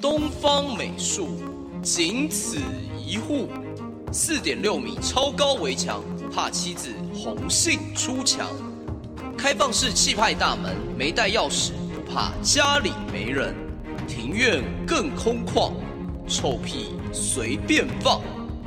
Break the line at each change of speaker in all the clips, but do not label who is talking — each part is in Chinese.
东方美术仅此一户，四点六米超高围墙，怕妻子红杏出墙。开放式气派大门，没带钥匙不怕家里没人。庭院更空旷，臭屁随便放。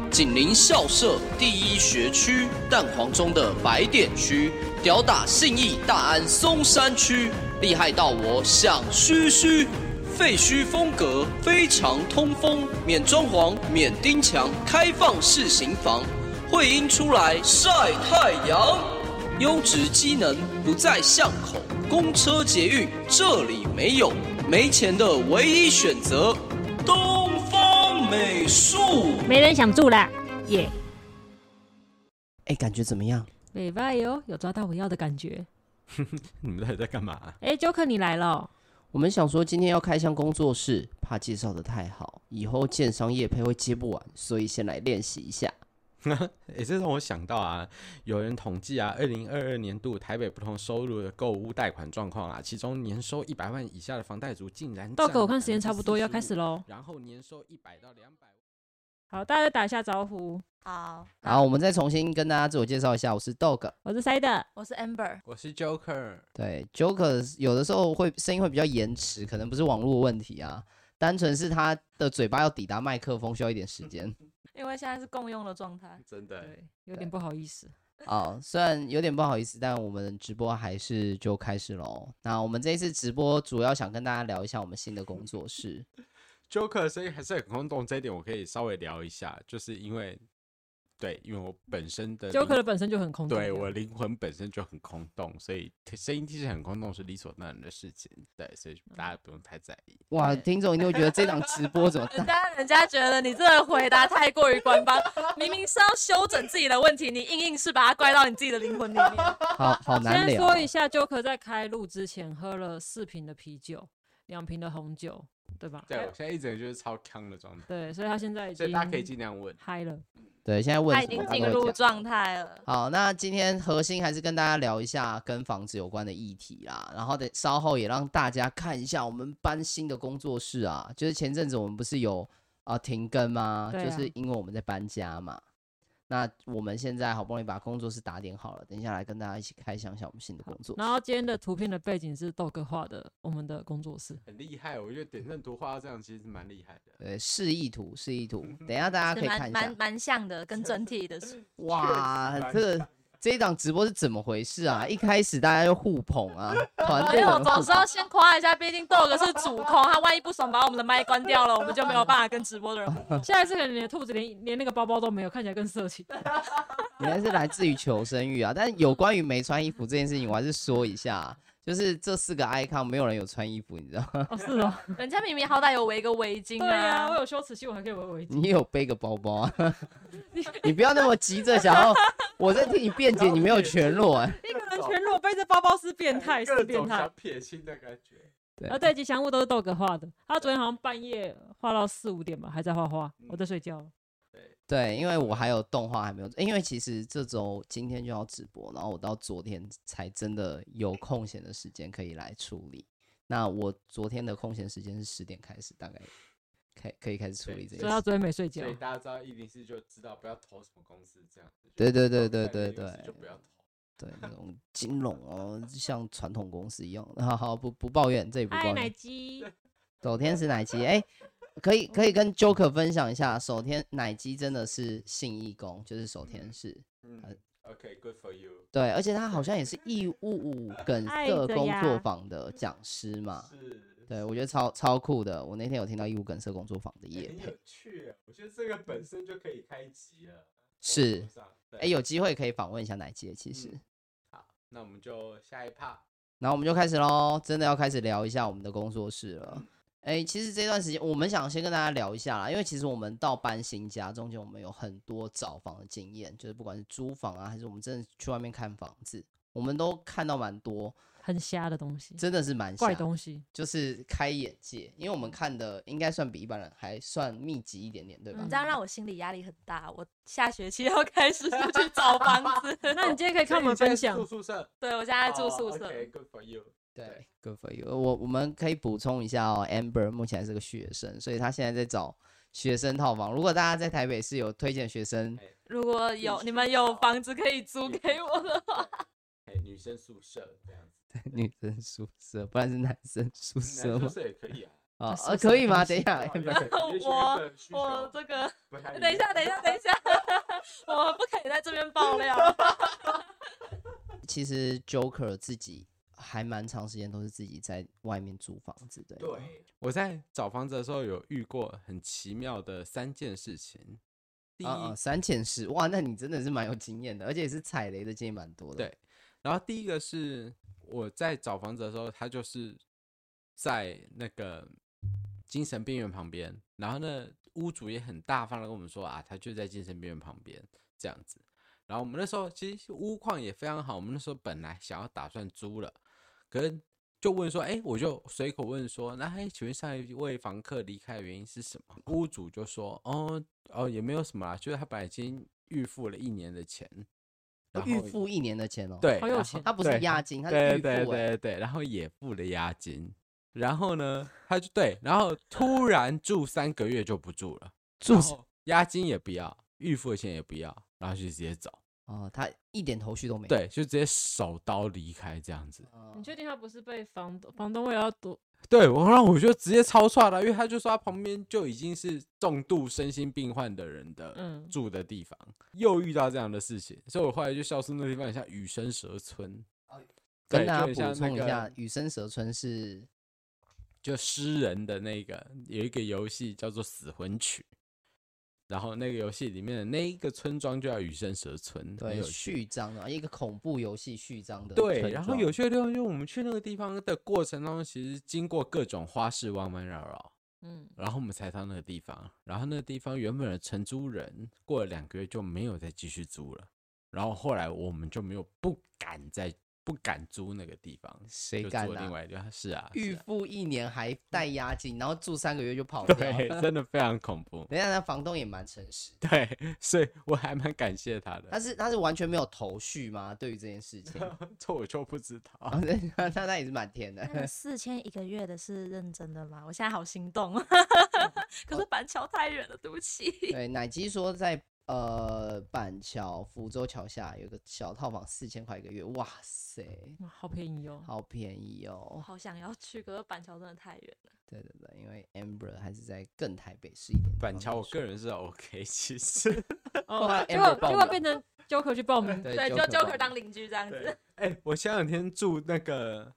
紧邻校舍第一学区蛋黄中的白点区，屌打信义大安松山区，厉害到我想嘘嘘。废墟风格非常通风，免装潢，免钉墙，开放式型房，会阴出来晒太阳，优质机能不在巷口，公车捷运这里没有，没钱的唯一选择，东方美术。
没人想住啦，耶、
哎，感觉怎么样？
美拜哟，有抓到我要的感觉。
你们到底在干嘛、啊
哎、j o k e r 你来了，
我们想说今天要开箱工作室，怕介绍的太好，以后建商业配会接不完，所以先来练习一下。
也、这让我想到啊，有人统计啊，二零二二年度台北不同收入的购物贷款状况啊，其中年收一百万以下的房贷族竟然
豆
到
哥，我看时间差不多要开始，喽。
然后年收一百到两百。
好，大家打一下招呼，
好，
好，我们再重新跟大家自我介绍一下，我是 Dog。
我是 Side。
我是 Amber，
我是 Joker，
对，Joker 有的时候会声音会比较延迟，可能不是网络问题啊，单纯是他的嘴巴要抵达麦克风需要一点时间。
因为现在是共用的状态。
真的，
对，有点不好意思。
好，虽然有点不好意思，但我们直播还是就开始喽。那我们这一次直播主要想跟大家聊一下我们新的工作室。
Joker 的声音还是很空洞，这一点我可以稍微聊一下，就是因为，对，因为我本身的
Joker 的本身就很空洞，
对我灵魂本身就很空洞，所以声音听起来很空洞是理所当然的事情，对，所以大家不用太在意。
哇，听众一定会觉得这档直播怎么大
但 人家觉得你这个回答太过于官 方，明明是要修整自己的问题，你硬硬是把它怪到你自己的灵魂里面。
好好难
先
聊
说
哦。
一下，Joker 在开录之前喝了四瓶的啤酒，两瓶的红酒，对吧？
对我现在一整个就是超康的状态，
对，所以他现在已
所
经
以大家可以尽量问。
嗨了。
对，现在问
他
什
已
么
经
他
进
都会
入
讲
状态了。
好，那今天核心还是跟大家聊一下跟房子有关的议题啦，然后得稍后也让大家看一下我们搬新的工作室啊，就是前阵子我们不是有啊、停更吗？
对
就
啊
是因为我们在搬家嘛。那我们现在好不容易把工作室打点好了，等一下来跟大家一起开箱一下我们新的工作
然
室。
后今天的图片的背景是豆哥画的，我们的工作室。
很厉害，我觉得点阵图画到这样其实蛮厉害的。
对，示意图，示意图，等一下大家可
嗯是
以
蛮
看一下
蛮。蛮像的，跟整体的是。
哇，
蛮
这个这一档直播是怎么回事啊？一开始大家就互捧啊，团
没
队
有，
很
总
互
是要
捧。
先夸一下，毕竟豆哥是主控，他万一不爽把我们的麦关掉了，我们就没有办法跟直播的人互
啊
动。
下一次可能连兔子连连那个包包都没有，看起来更色情。
啊
原来是来自于求生欲啊！但有关于没穿衣服这件事情，我还是说一下，啊就是这四个 icon 没有人有穿衣服，你知道吗？
哦，是哦，
人家明明好歹有围个围巾
对呀、我
啊，
有羞耻心，我还可以围围巾。
你也有背个包包啊？ 你不要那么急着想要，我在替你辩解，你没有全裸哎、
一个人全裸背着包包是变态，是
各
变
种
态
想。撇清的感觉。
啊，对，吉祥物都是豆哥画的。他昨天好像半夜画到四五点吧，还在画画，
嗯
我在睡觉。
对，因为我还有动画还没有，因为其实这周今天就要直播，然后我到昨天才真的有空闲的时间可以来处理。那我昨天的空闲时间是十点开始，大概可以可以开始处理这
所以
件
他
事。
昨天没睡觉
所。以大家知道一零四就知道不要投什么公司这样子。
对对对
就
对
投
对
在104
对
就不要投。
对，那种金融哦，像传统公司一样。 好好，不不抱怨，这里不
嗨，
抱
奶
怨。
鸡，
走天使奶鸡，哎、可以可以跟 Joker 分享一下，守天奶鸡真的是信义工，就是守天使。
嗯，OK，good for you。
对，而且他好像也是义务梗
爱
色
的
工作
哎呀
坊的讲师嘛。
是，
对，我觉得超超酷的。我那天有听到义务梗色工作坊的 夜
很
配
有，趣啊。我觉得这个本身就可以开集了。
是
我手上，
哎、
哎
有机会可以访问一下奶鸡，其实。
嗯好，那我们就下一趴。
然后我们就开始喽，真的要开始聊一下我们的工作室
嗯
了。哎，其实这段时间我们想先跟大家聊一下啦，因为其实我们到搬新家中间，我们有很多找房的经验，就是不管是租房啊，还是我们真的去外面看房子，我们都看到蛮多，
很瞎的东西，
真的是蛮
怪
吓
东西。
就是开眼界。因为我们看的应该算比一般人还算密集一点
嗯
点，对吧
嗯你？这样让我心理压力很大。我下学期要开始出去找房子。
那你今天可以看我们
所以
分
哦你现在
享
是住宿舍，
对，我现在住宿舍。
OK，good for you。
对
对
，Good for you 我。我们可以补充一下哦，Amber 目前还是个学生，所以他现在在找学生套房。如果大家在台北市有推荐学 生，
如果有你们有房子可以租给我的话，
哎，女生宿舍这样子，
女生宿舍，不然是男 生宿舍
男宿
吗？
舍也可 以啊。
啊、
宿
呃
舍
可以
的
吗？
东
等一
西
下
不
，Amber，
好意思也许那个需
我
求
这个
不太
等一下， 等一下，等一下，我们不可以在这边爆 料。
其实 Joker 自己还蛮长时间都是自己在外面租房子的。
对，我在找房子的时候有遇过很奇妙的三件事情。第一，
啊、啊，三千十，哇，那你真的是蛮有经验的，而且也是踩雷的经验蛮多的。
对然后第一个是我在找房子的时候，他就是在那个精神病院旁边，然后呢，屋主也很大方的跟我们说啊，他就在精神病院旁边这样子。然后我们那时候其实屋况也非常好，我们那时候本来想要打算租了，可是就问说，哎，我就随口问说，那哎，请问上一位房客离开的原因是什么？屋主就说，哦哦，也没有什么啦，就是他本来已经预付了一年的钱，
哦，
然
预
后
付一年的钱哦。，
对，
好有
然
钱
后
他不是
对
押金，他是
对
预付、
对
欸。
对对，然后也付了押金，然后呢，他就对，然后突然住三个月就不住了，
住
然
宿
后押金也不要，预付的钱也不要，然后就直接走，
哦，他一点头绪都没有。
对，就直接手刀离开这样子。
哦，
你确定他不是被房东房东为了要躲
对我，然后我就直接超错了，因为他就说他旁边就已经是重度身心病患的人的
嗯
住的地方，又遇到这样的事情，所以我后来就笑说那地方很像雨生蛇村，
跟
对
大
就
家
很像
补充一
那个
下，雨生蛇村是
就诗人的那个有一个游戏叫做《死魂曲》，然后那个游戏里面的那一个村庄就叫羽生蛇村，很
对
有趣。
序章的一个恐怖游戏序章的村庄。
对，然后有趣的地方就是我们去那个地方的过程当中，其实经过各种花式弯弯绕绕，
嗯
然后我们才到那个地方。然后那个地方原本的承租人过了两个月就没有再继续租了，然后后来我们就没有不敢再不敢租那个地方，
谁
就
敢
租了
啊
另外一个地方是啊，是
预
啊
付一年还带押金，然后住三个月就跑掉。
对， 真的非常恐怖。
等一下，那房东也蛮诚实的，
对，所以我还蛮感谢他的。
他是他是完全没有头绪吗？对于这件事 情，
这我就不知道。
那他也是蛮甜 的。
四千一个月的是认真的吗？我现在好心动， 可是板桥太远了，对不 起。
对，奶鸡说在呃板桥福州桥下有个小套房，四千块一个月，哇塞，
哇好便宜哦，
好便宜
我
哦！
好想要去，可是板桥真的太远了。
对对对，因为 Amber 还是在更台北市一点的
板
地
桥，
方
我
住
个人是 OK，其实，
后来
哦，结
Amber
果
报
结果
名
变成 Joker 去报名，
对
对，就
Joker 报
Joker
名
当邻居这样子。
哎、我前两天住那个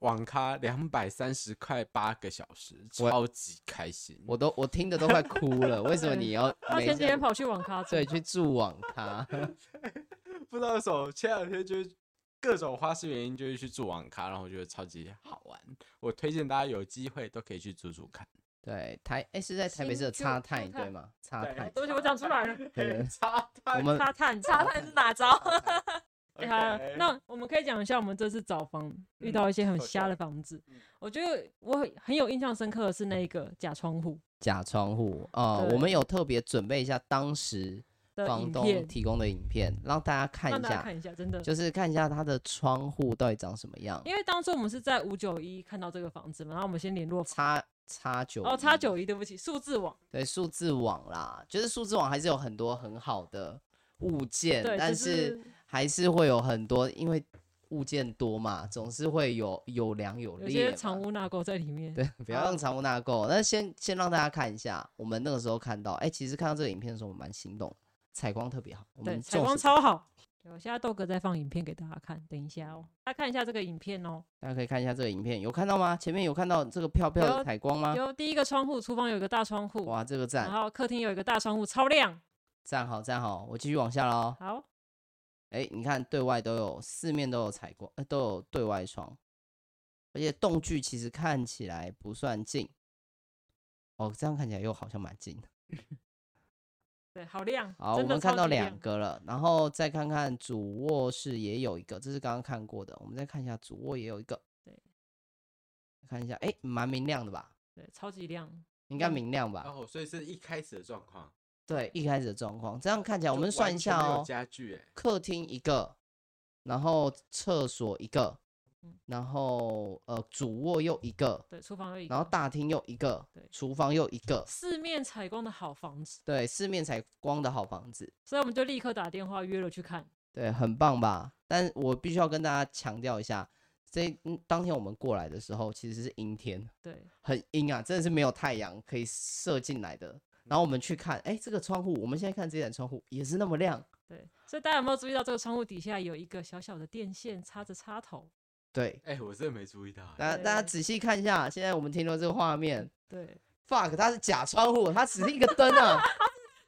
网咖，两百三十块八个小时，
我
超级开心。
我都我听的都快哭了，为什么 你要
他
没
前几天
事
跑去网咖住
对，去住网咖？
不知道为什么，前两天就是各种花式原因，就是去住网咖，然后我觉得超级好玩。我推荐大家有机会都可以去住住看。
对，台哎是在台北市
新
的
旧
叉
旧
泰对
泰
吗？叉
对
泰，
对不起，我讲出来了，
对对对
差太
我们
他探
查看是哪招？
对啊，那我们可以讲一下我们这次找房
嗯
遇到一些很
好
瞎
的
的房子
嗯。
我觉得我很很有印象深刻的是那一个假窗户
假窗户啊，呃我们
对
有特别准备一下当时
的
房
影
东
片，
提供的影片，让大家看
让
一
大家
下，
看一下，真的。
就是看一下它的窗户到底长什么样。
因为当初我们是在五九一看到这个房子嘛，然后我们先联络
叉叉九
哦叉九一，对不起，数字网
对数字网啦，就是数字网还是有很多很好的物件，
对，
但
只
是还是会有很多因为物件多嘛，总是会有有良有
有
劣
些
嘛。
藏污纳嗯垢在里面。
对，不要
好
用藏污纳垢。那先先让大家看一下，我们那个时候看到，哎、其实看到这个影片的时候，我蛮心动，采光特别好，我
对，
们
采
重
光
视
超好。有，现在豆哥在放影片给大家看，等一下哦，大家看一下这个影片哦。
大家可以看一下这个影片，有看到吗？前面有看到这个飘飘的
有
采光吗？
有第一个窗户，厨房有一个大窗户，
啊哇，这个
然
赞
后客厅有一个大窗户，超亮。
赞好赞好，我继续往下喽。
好，
哎、你看对外都有，四面都有采光，呃，都有对外窗，而且动距其实看起来不算近，哦，这样看起来又好像蛮近的。
对，好亮。
好，我
真的
们看
超
到
级亮
两个了，然后再看看主卧室也有一个，这是刚刚看过的，我们再看一下主卧也有一个，
对，
看一下，哎、蛮明亮的吧？
对，超级亮。
应该
嗯
明亮吧？
哦，所以是一开始的状况。
对，一开始的状况，这样看起来，我
就
们算
完
一
全
下
没有欸
哦，
家具哎、
客厅一个，然后厕所一个，
嗯
然后呃主卧又一个，
对，厨房有一个，
然后大厅又一个
对，
厨房又一个，
四面采光的好房子，
对，四面采光的好房子，
所以我们就立刻打电话约了去看。
对，很棒吧？但我必须要跟大家强调一下，这嗯当天我们过来的时候其实是阴天，
对，
很阴啊，真的是没有太阳可以射进来
嗯
的。然后我们去看，哎，这个窗户，我们现在看这盏窗户也是那么亮，
对，所以大家有没有注意到这个窗户底下有一个小小的电线插着插头？
对。
哎、我真的没注意到欸、
大家大家
对
仔细看一下，现在我们停留这个画面
对，
，fuck，它是假窗户，它只是一个灯啊，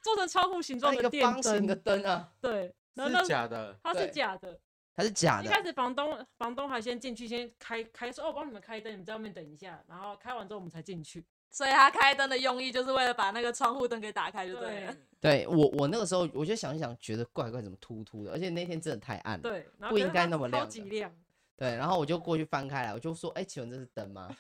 做成窗户形
它
状
一
的
个
电
方形
灯
的，灯啊，
对，然后
是
那
假的，
它是
对
假的。
它是假
一
的。
开始房东房东还先进去，先开开说哦，我帮你们开灯，你们在外面等一下。然后开完之后我们才进去。
所以他开灯的用意就是为了把那个窗户灯给打开，就对了。
对我，我那个时候我就想一想，觉得怪怪，怎么突突的？而且那天真的太暗了。
对，然后
不
可是
应该
它
那么
超
亮
级
的
亮，
对，然后我就过去翻开来，我就说：“哎、请问这是灯吗？”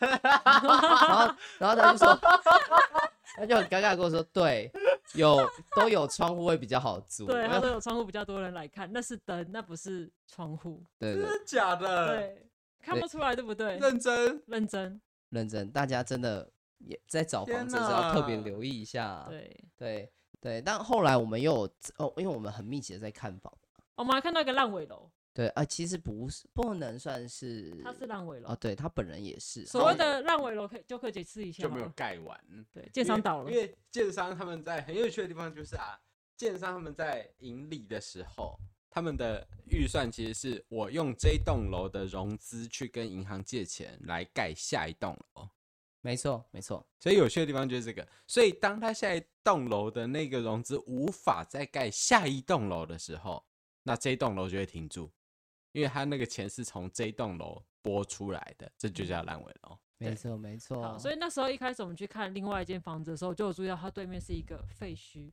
然后，然后他就说， 他就很尴尬地跟我说：“对，有都有窗户会比较好租。”
对，他
我
说
就
有窗户比较多人来看，那是灯，那不是窗户。
对
真
对，
的假的？
对，看不出来，对不对？
认真，
认真，
认真，大家真的也在找
天
房子的时候要特别
哪
留意一
啊
下。
对。
对对，但后来我们又有哦，因为我们很密集的在看房。
哦我们还看到一个烂尾楼，
对啊、其实不是，不能算是，
它是烂尾楼
啊
哦，。对他本人也是。
所谓
然后
的烂尾楼可以就可以解释一下
就
吗，
没有盖完。
对建商倒了
因，为因为建商他们在很有趣的地方就是啊，建商他们在盈利的时候，他们的预算其实是我用这栋楼的融资去跟银行借钱来盖下一栋楼。
没错没错，
所以有趣的地方就是这个。所以当他下一栋楼的那个融资无法再盖下一栋楼的时候，那这一栋楼就会停住，因为他那个钱是从这一栋楼拨出来的，这就叫烂尾楼。
没错没
好，
哦
错。
所
以
以那时候一开始我们去看另外一间房子的时候，就有注意到它对面是一个废墟，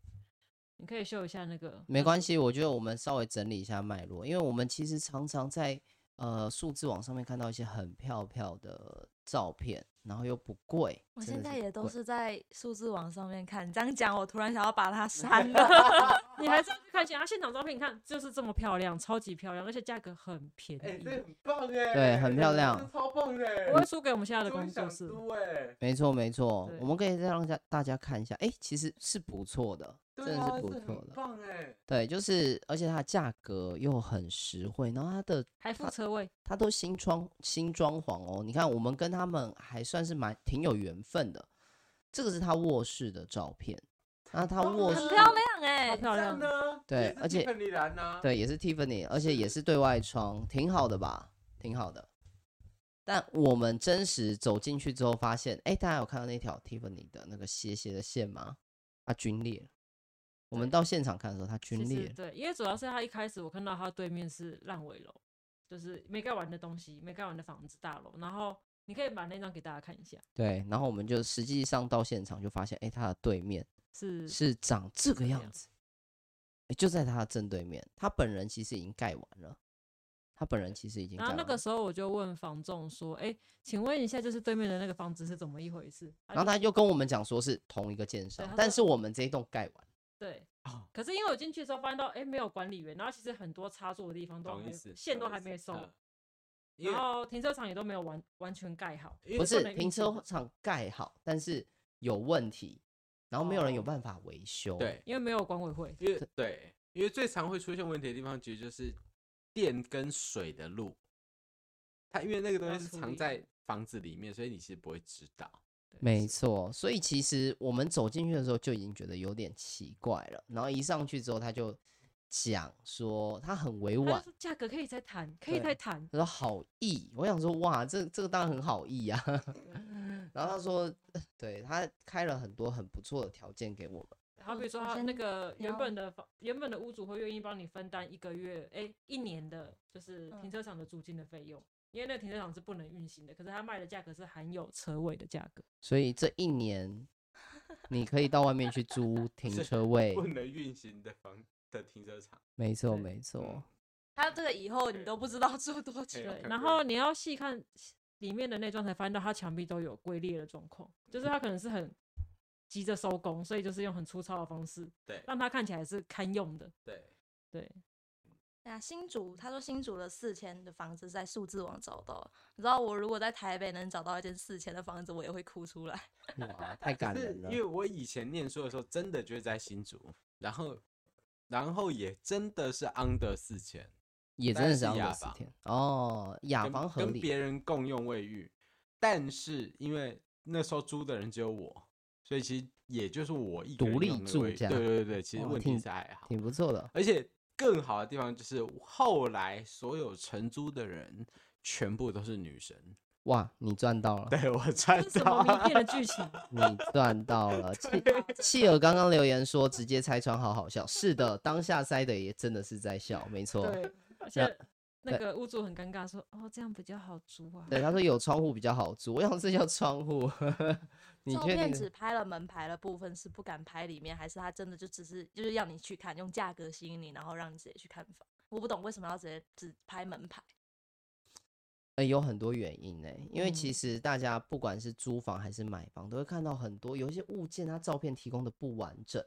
你可以秀一下那个，
没关系，我觉得我们稍微整理一下脉络，因为我们其实常常在呃数字网上面看到一些很漂漂的照片，然后又不贵。
我
真的
现在
不
也都
贵
是在数字网上面看，你这样讲，我突然想要把它 删了。
你还是要去看一下它现场照片，你看就是这么漂亮，超级漂亮，而且价格很便宜，
很棒哎
对很漂亮
这超棒
不会
哎
输给我们现在的工作室。
哎，
没错没错，
对
我们可以再让大大家看一下，哎，其实是不错的，真的是不错的。
棒哎。
对，就是而且它的价格又很实惠，然后它的
还附车位，
它都新装新装潢哦。你看，我们跟他们还算是蛮挺有缘分的。这个是他卧室的照片，那他
棒
卧
啊
室
哦很漂亮哎、
好漂亮，
呢
对而且
很然呢，
对也是 Tiffany，而且也是对外窗，挺好的吧？挺好的。但我们真实走进去之后，发现，哎，大家有看到那条 Tiffany 的那个斜斜的线吗？它皲裂了。我们到现场看的时候，它
其
皲裂
实
了。
对，因为主要是它一开始我看到它对面是烂尾楼，就是没盖完的东西，没盖完的房子大楼，然后你可以把那张给大家看一下，
对，然后我们就实际上到现场就发现，哎，它的对面
是
是长这个
这
样
样
子，诶就在他的正对面。他本人其实已经盖完了，他本人其实已经盖
然后
完
那
了。
啊
个时候我就问房仲说：“哎、请问一下，就是对面的那个房子是怎么一回事？”
然后
啊就
他就跟我们讲说是同一个建商
他，
但
说
是我们这一栋盖完。
对
哦，
可是因为我进去的时候发现到，哎、没有管理员，然后其实很多插座的地方都
懂
还
意思，
线
懂
都
意
还
思
没收，
嗯因
然
为
后停车场也都没有完完全盖好，
因
不
为
是
能
停
运行
车
的
场盖好，但是有问题，然后没有人有
哦
办法维修。
对，
因为没有管委会。
因为对，因为最常会出现问题的地方，其实就是电跟水的路。它因为那个东
要
西是
处
藏
理
在房子里面，所以你其实不会知道。
对
没错。所以其实我们走进去的时候就已经觉得有点奇怪了，然后一上去之后他就讲说他很委
他
婉
就，说价格可以再谈，可以
对
再谈。
他说好意，我想说哇，这这个当然很好意啊。 然后他说，呃对他开了很多很不错的条件给我们，
好比说
我
他
先
那个原
挑
本的房，原本的屋主会愿意帮你分担一个月，哎、一年的，就是停
嗯
车场的租金的费用。因为那个停车场是不能运行的，可是他卖的价格是含有车位的价格。
所以这一 年你可以到外面去租停
是
车位，
不能运行的房的停车场，
没错
对
没错，
他这个以后你都不知道 住多久
对。
啊
对，
看
然
过
后你要细看里面的内装，才发现到它墙壁都有龟裂的状况，就是它可能是很急着收工，所以就是用很粗糙的方式
对
让它看起来是堪用的。
对，
对，
那啊新竹，他说新竹的四千的房子在数字网找到了，你知道我如果在台北能找到一间四千的房子，我也会哭出来。
哇， 太感
嗯是
人了
因。为我以前念书的时候，真的就是在新竹，然后然后也真的是 under 四千，
也
大
真的
概是
是
雅
雅四
房
天哦，雅
跟
房合
跟别
理，
人共用卫浴，但是因为那时候租的人只有我，所以其实也就是我一个
独
人
立
用那个
住
卫浴
这样
对对对，其实
哇
问题
挺
是还好，
挺不错的。
而且更好的地方就是后来所有承租的人全部都是女生，
哇，你赚到了，
对我赚
这是什么
到
名
了。
片的剧情？
你赚到 了。气气儿刚刚留言说直接拆穿，好好笑。是的，当下塞的也真的是在笑，没错。
对，而且那个屋主很尴尬说：“哦，这样比较好租啊。”
对，他说有窗户比较好租，我想这叫窗户。 你
照
确
片
定
只
是？
拍了门牌的部分是不敢拍里面，还是他真的就只是就是要你去看，用价格吸引你，然后让你直接去看房？我不懂为什么要直接只拍门牌。
呃，有很多原因呢、欸因为其
嗯
实大家不管是租房还是买房，都会看到很多有一些物件它照片提供的不完整，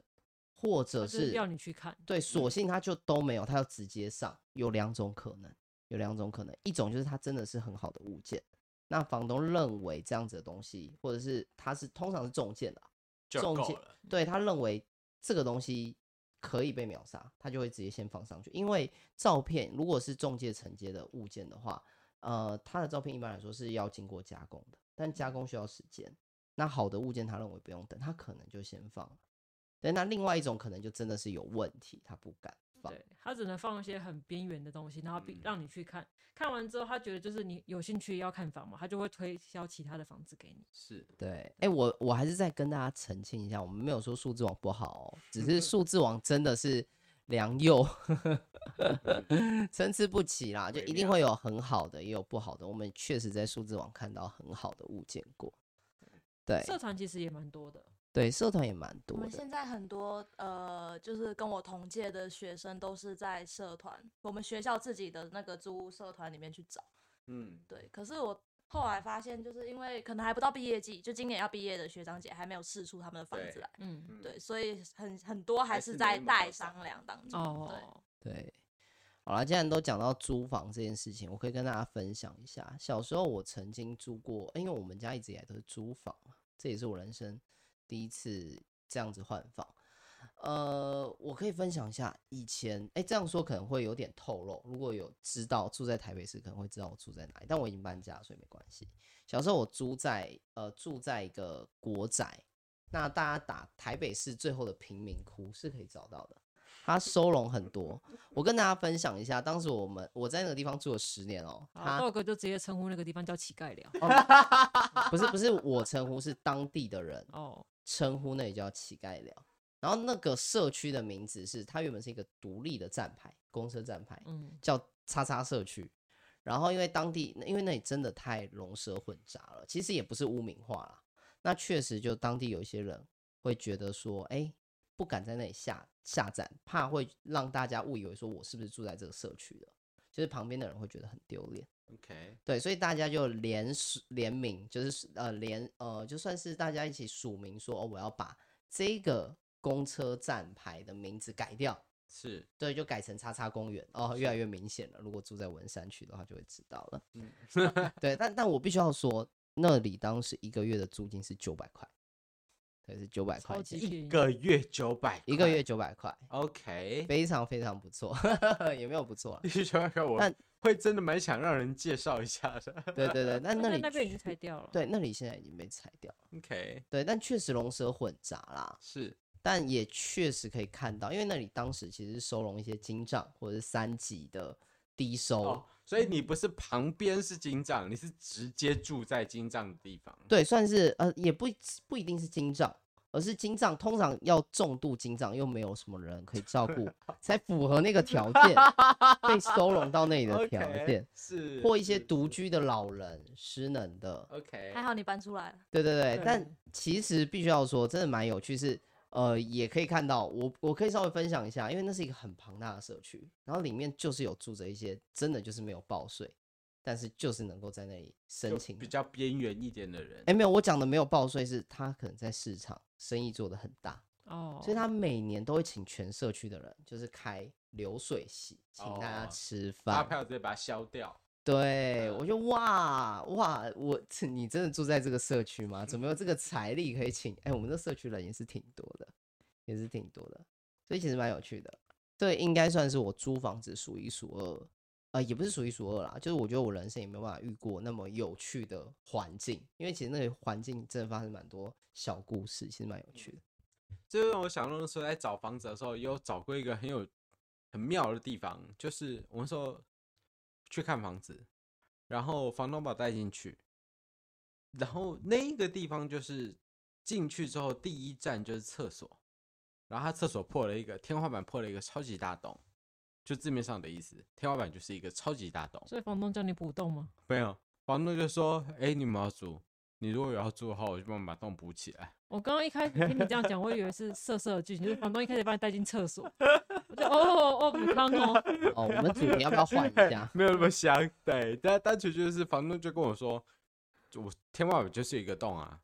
或者
他就是
是
要你去嗯看，
对，索性他就都没有，他要直接上。有两种可能，有两种可能，一种就是它真的是很好的物件，那房东认为这样子的东西，或者是他是通常是中介的啊，
就
中
够
介
了
对他认为这个东西可以被秒杀，他就会直接先放上去。因为照片如果是中介承接的物件的话，呃，他的照片一般来说是要经过加工的，但加工需要时间。那好的物件他认为不用等，他可能就先放了。对，那另外一种可能就真的是有问题，他不敢放。
对他只能放一些很边缘的东西，然后
嗯
逼让你去看。看完之后，他觉得就是你有兴趣要看房嘛，他就会推销其他的房子给你。
是
对，哎、我我还是再跟大家澄清一下，我们没有说数字网不好、哦，
嗯
只是数字网真的是良莠 参差不齐啦，就
微
一定
妙
会有很好的，也有不好的。我们确实在数字网看到很好的物件过，对
社团其实也蛮多的，
对，社团也蛮
我
多
们
的
现在很多呃，就是跟我同届的学生都是在社团，我们学校自己的那个租屋社团里面去找。
嗯，
对，可是我后来发现，就是因为可能还不到毕业季，就今年要毕业的学长姐还没有试出他们的房子
对
来，
嗯，
嗯
对，所以很很多还
还
是
是没
在
那么
待
好找
商量当中。对，
哦，
对。好了，既然都讲到租房这件事情，我可以跟大家分享一下。小时候我曾经租过，因为我们家一直以来都是租房嘛，这也是我人生第一次这样子换房。呃，我可以分享一下以前，哎，这样说可能会有点透露。如果有知道住在台北市，可能会知道我住在哪里，但我已经搬家了，所以没关系。小时候我租在呃住在一个国宅，那大家打台北市最后的贫民窟是可以找到的，它收容很多。我跟大家分享一下，当时我们我在那个地方住了十年哦，
好，
它
豆哥就直接称呼那个地方叫乞丐寮。
哦不是不是我称呼，是当地的人
哦，
称呼那里叫乞丐寮。然后那个社区的名字是，它原本是一个独立的站牌，公车站牌，
嗯，
叫叉叉社区。然后因为当地，因为那里真的太龙蛇混杂了，其实也不是污名化啦。那确实，就当地有一些人会觉得说，哎，不敢在那里下下站，怕会让大家误以为说我是不是住在这个社区的，就是旁边的人会觉得很丢脸。
OK，
对，所以大家就联署联名，就是呃联呃，就算是大家一起署名说，哦，我要把这个公车站牌的名字改掉，
是
对，就改成叉叉公园哦，越来越明显了。如果住在文山区的话，就会知道了。
嗯
啊
对，但但我必须要说，那里当时一个月的租金是九百块，对，是九百
超
块
级
钱，
便宜
一。个月九百，
一个月九百块，
OK，
非常非常不错， 也没有 不错啦
必。须说说我
但
会真的蛮想让人介绍一下的。
对对对，但那
但
里
那边已经
确
拆掉了。
对那里现在已经被拆掉了，
OK，
对，但确实龙蛇混杂啦。
是
但也确实可以看到，因为那里当时其实是收容一些金帐或者是三级的低收，
哦，所以你不是旁边是金藏，你是直接住在金藏的地方。
对，算是呃，也不一不一定是金帐，而是金帐通常要重度金帐，又没有什么人可以照 顾，才符合那个条件，被收容到那里的
OK，
条件，
是
或一些
是
独
是
居的老人、失能的，
OK，
还好你搬出来了。
对对对。但
对
其实必须要说，真的蛮有趣是，呃，也可以看到我我可以稍微分享一下，因为那是一个很庞大的社区，然后里面就是有住着一些真的就是没有报税，但是就是能够在那里申
就
请
比较边缘一点的人
哎、。没有，我讲的没有报税，是他可能在市场生意做得很大，
哦，
所以他每年都会请全社区的人，就是开流水席，请大家
哦
吃
发
饭。
票直接把它消掉。
对，
嗯
我就哇哇，我你真的住在这个社区吗？
嗯
怎么有这个财力可以请？哎，我们这社区人也是挺多的，也是挺多的，所以其实蛮有趣的。这应该算是我租房子数一数二，呃，也不是数一数二啦，就是我觉得我人生也没有办法遇过那么有趣的环境，因为其实那个环境真的发生蛮多小故事，其实蛮有趣的。
这让我想到那时候在找房子的时候，也有找过一个很有很妙的地方，就是我们说去看房子，然后房东把我带进去，然后那一个地方就是进去之后第一站就是厕所，然后他厕所破了一个天花板破了一个超级大洞，就字面上的意思，天花板就是一个超级大洞。
所以房东叫你补洞吗？
没有，房东就说：“哎、你们要住，你如果有要住的话，我就帮你把洞补起来。”
我刚刚一开始听你这样讲，我以为是色色的剧情，就是房东一开始把你带进厕所，我就哦哦不当哦，
哦，我们 主题要不要换一下？
没有那么香，对， 但单纯就是房东就跟我说，就我天花板就是一个洞啊，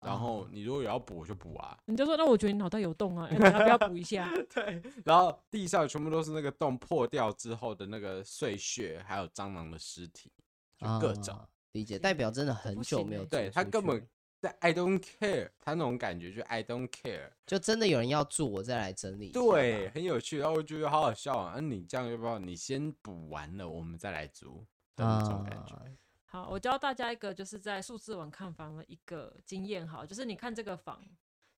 然
哦
后你如果有要补我就补啊，
你就说那我觉得你脑袋有洞啊，哎你要不要补一下？
对，然后地上全部都是那个洞破掉之后的那个碎屑，还有蟑螂的尸体，就各种，
啊理解，代表真的很
不
久
行
没有
欸
走
对他
出
根
去了
本在 I don't care，他那种感觉就 I don't care，
就真的有人要住，我再来整理。
对，，很有趣，然后我觉得好好笑啊，啊你这样要不要你先补完了，我们再来租的那种感觉，
啊
好，我教大家一个就是在数字网看房的一个经验，好，就是你看这个房，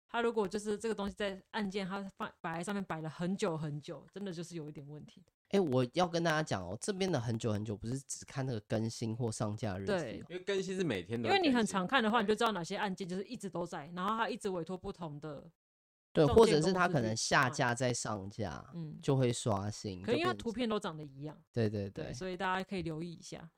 它如果就是这个东西在按键它放摆在上面摆了很久很久，真的就是有一点问题。
哎、我要跟大家讲哦，这边的很久很久不是只看那个更新或上架日期、
对
哦，
因为更新是每天都
因为
会更新，
你很常看的话，你就知道哪些按键就是一直都在，然后它一直委托不同的，
对，
中
或
介
者是
公
它
司
可
去
能下
看
架再上架，
嗯，
就会刷新。
可因
就
为
变
图片都长得一样，
对对
对，
对
所以大家可以留意一下，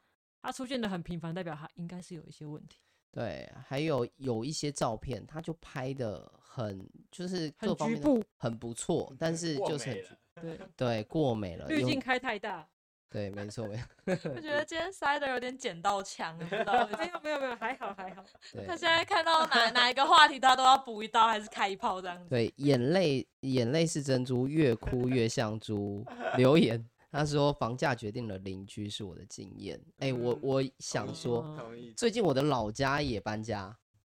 它出现的很频繁，代表它应该是有一些问题，
对，还有有一些照片，它就拍的很就是
很
各方
局
面都
部
很不错，但是
过
就是
美
很
了
局
对，
对过美了，
滤
呃有
镜开太 大，
对，没错没错，
我觉得今天塞的有点捡到枪，不知道为什
哦没有
么
没有没有，还好还好，
对
他现在看到哪哪一个话题，他都要补一刀，还是开一炮这样子。
对，眼泪眼泪是珍珠，越哭越像猪。留言他说，房价决定了邻居是我的经验。哎、我我想
同意
说，
嗯
同意
最近我的老家也搬家，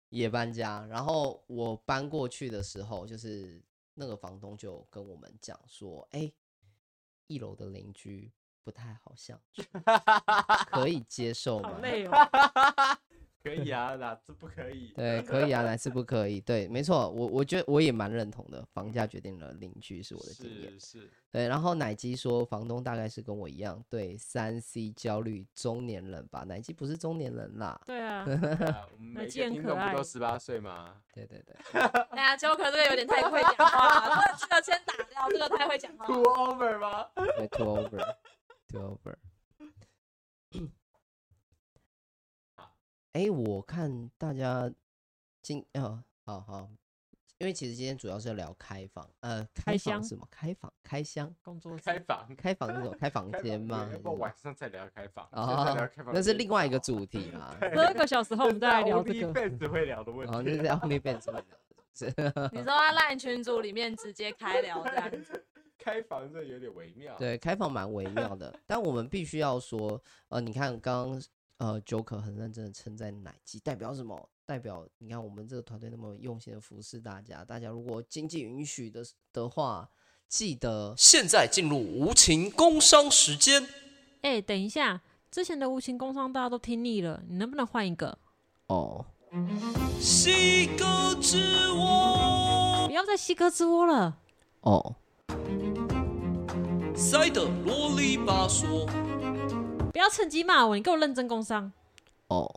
也搬家。然后我搬过去的时候，就是那个房东就跟我们讲说，哎、一楼的邻居不太好相处，可以接受
好
吗？
累哦，
可以啊，哪次不可以？
对，可以啊，哪次不可以？对，没错，我我觉得我也蛮认同的，房价决定了邻居是我的经验。
是 是，
对，然后奶鸡说，房东大概是跟我一样，对三 C 焦虑中年人吧。奶鸡不是中年人啦，
对 啊，
对啊我们每个
既然
听
可
众不
爱
都十八岁吗？
对对对，
哎呀，教科这个有点太会讲话了， 这个先打掉，这个太会讲话
Two
了。
over 吗？
对 t o over，t o over。哎，我看大家今呃，好好，因为其实今天主要是要聊开房，呃，
开
开房
箱
是什么？开房、开箱、
工作室
开房，
开房是什么？开房
开
间吗？
房
还
要
是
不
什么
晚上再聊开房，现在聊
哦
开，房
那是
间
另外一个
好
主题啦。
对
十二个小时后我们再来聊这个。
fans 会聊的问
哦，那
题
是 OnlyFans 吗
你说在 LINE 群组里面直接开聊这样子，
开房这有点微妙。，
对，开放蛮微妙的，但我们必须要说，呃，你看刚刚呃，Joker 很认真的称赞奶鸡，代表什么？代表你看我们这个团队那么用心的服侍大家，大家如果经济允许的的话，记得
现在进入无情工商时间。
哎、等一下，之前的无情工伤大家都听腻了，你能不能换一个？
哦，
西哥之窝，
不要再西哥之窝了。
哦，
塞得啰里吧嗦。
不要趁机骂我，你给我认真工伤。
哦，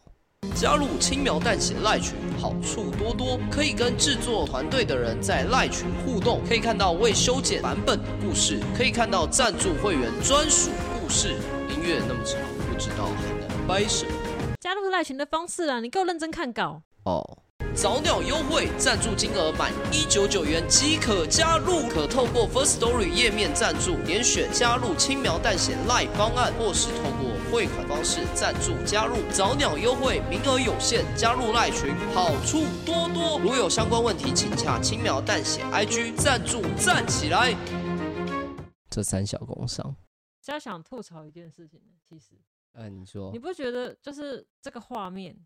加入轻描淡写赖群，好处多多，可以跟制作团队的人在赖群互动，可以看到未修剪版本的故事，可以看到赞助会员专属故事。音乐那么长，不知道还能掰什么。
加入赖群的方式啊，你给我认真看稿。
哦，
早鸟优惠，赞助金额满一九九元即可加入，可透过 First Story 页面赞助，点选加入轻描淡写 Live 方案，或是透过汇款方式赞助加入，早鸟优惠名额有限，加入赖群好处多多。如有相关问题，请洽轻描淡写 IG 赞助站起来。
这三小工商，
现在想吐槽一件事情，其实
呃，你说
你不觉得就是这个画面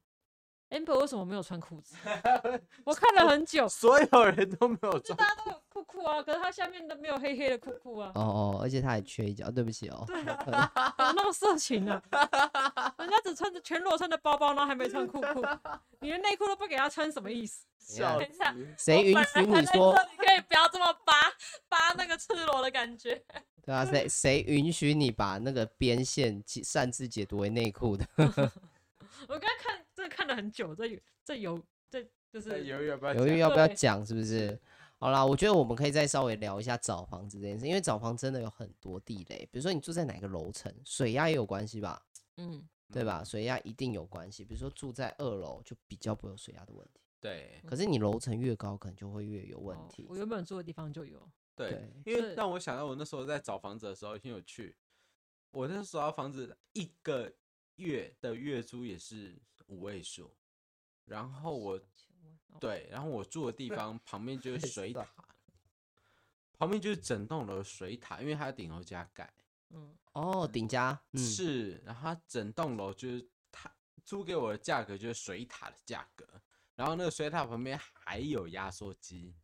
，amber 为什么没有穿裤子？ 我看了很久，
所有人都没有
就
赚，
大家都有裤裤啊，可是他下面都没有黑黑的裤裤啊，
哦哦，而且他还缺一脚，对不起哦，
怎么那么色情呢、啊？ 人家只穿着全裸，穿着包包，然后还没穿裤裤，你连内裤都不给他穿，什么意思？
笑
等一下
死
谁允
本
许
来
你
还在
说
这里可以不要这么扒扒那个赤裸的感觉。
对啊？谁谁允许你把那个边线解擅自解读为内裤的？
我刚刚看这看了很久，这有这有这就
在
是
犹豫要不要
犹豫
讲
要不要
对
讲，是不是？好啦，我觉得我们可以再稍微聊一下找房子这件事，因为找房真的有很多地雷，比如说你住在哪个楼层，水压也有关系吧，
嗯，
对吧？水压一定有关系，比如说住在二楼就比较不会有水压的问题，
对
可是你楼层越高，可能就会越有问
哦
题。
我原本住的地方就有，
对
对，
因为
是
让我想到我那时候在找房子的时候很有趣，我那时候房子一个月的月租也是五位数，然后我
哦
对，然后我 住的地方旁边就是水
道
塔，旁边就是整栋楼的水塔，因为它是顶楼加盖，
嗯，
哦，顶加，嗯，
是，然后它整栋楼就是它租给我的价格就是水塔的价格，然后那个水塔旁边还有压缩机，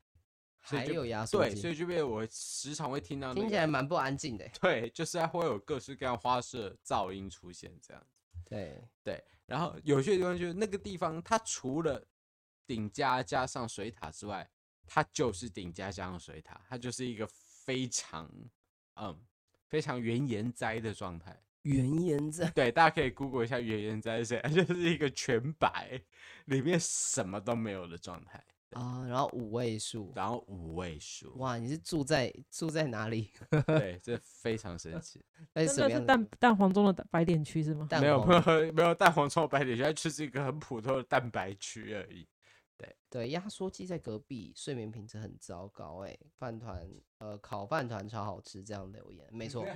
所以
还
就
有压缩
对，所
机，
以就被我时常会听到、那
听起
个
来蛮不安静的。欸
对，就是它会有各式各样花式的噪音出现这样子。
对，
对，然后有些地方就是那个地方，它除了顶加加上水塔之外，它就是顶加加上水塔，它就是一个非常嗯非常原研哉的状态。
原研在
对，大家可以 Google 一下原研哉是谁，它就是一个全白，里面什么都没有的状态，
啊，然后五位数，
然后五位数，
哇，你是住在住在哪里？
对，这非常神奇。
那是
真
什
的
么
是
样的
蛋蛋黄中的白点区是吗？
蛋
没有
黄
没有没有蛋黄臭白点，它就是一个很普通的蛋白区而已。
对，压缩机在隔壁，睡眠品质很糟糕、欸。哎，饭团，呃，烤饭团超好吃，这样留言，没错，没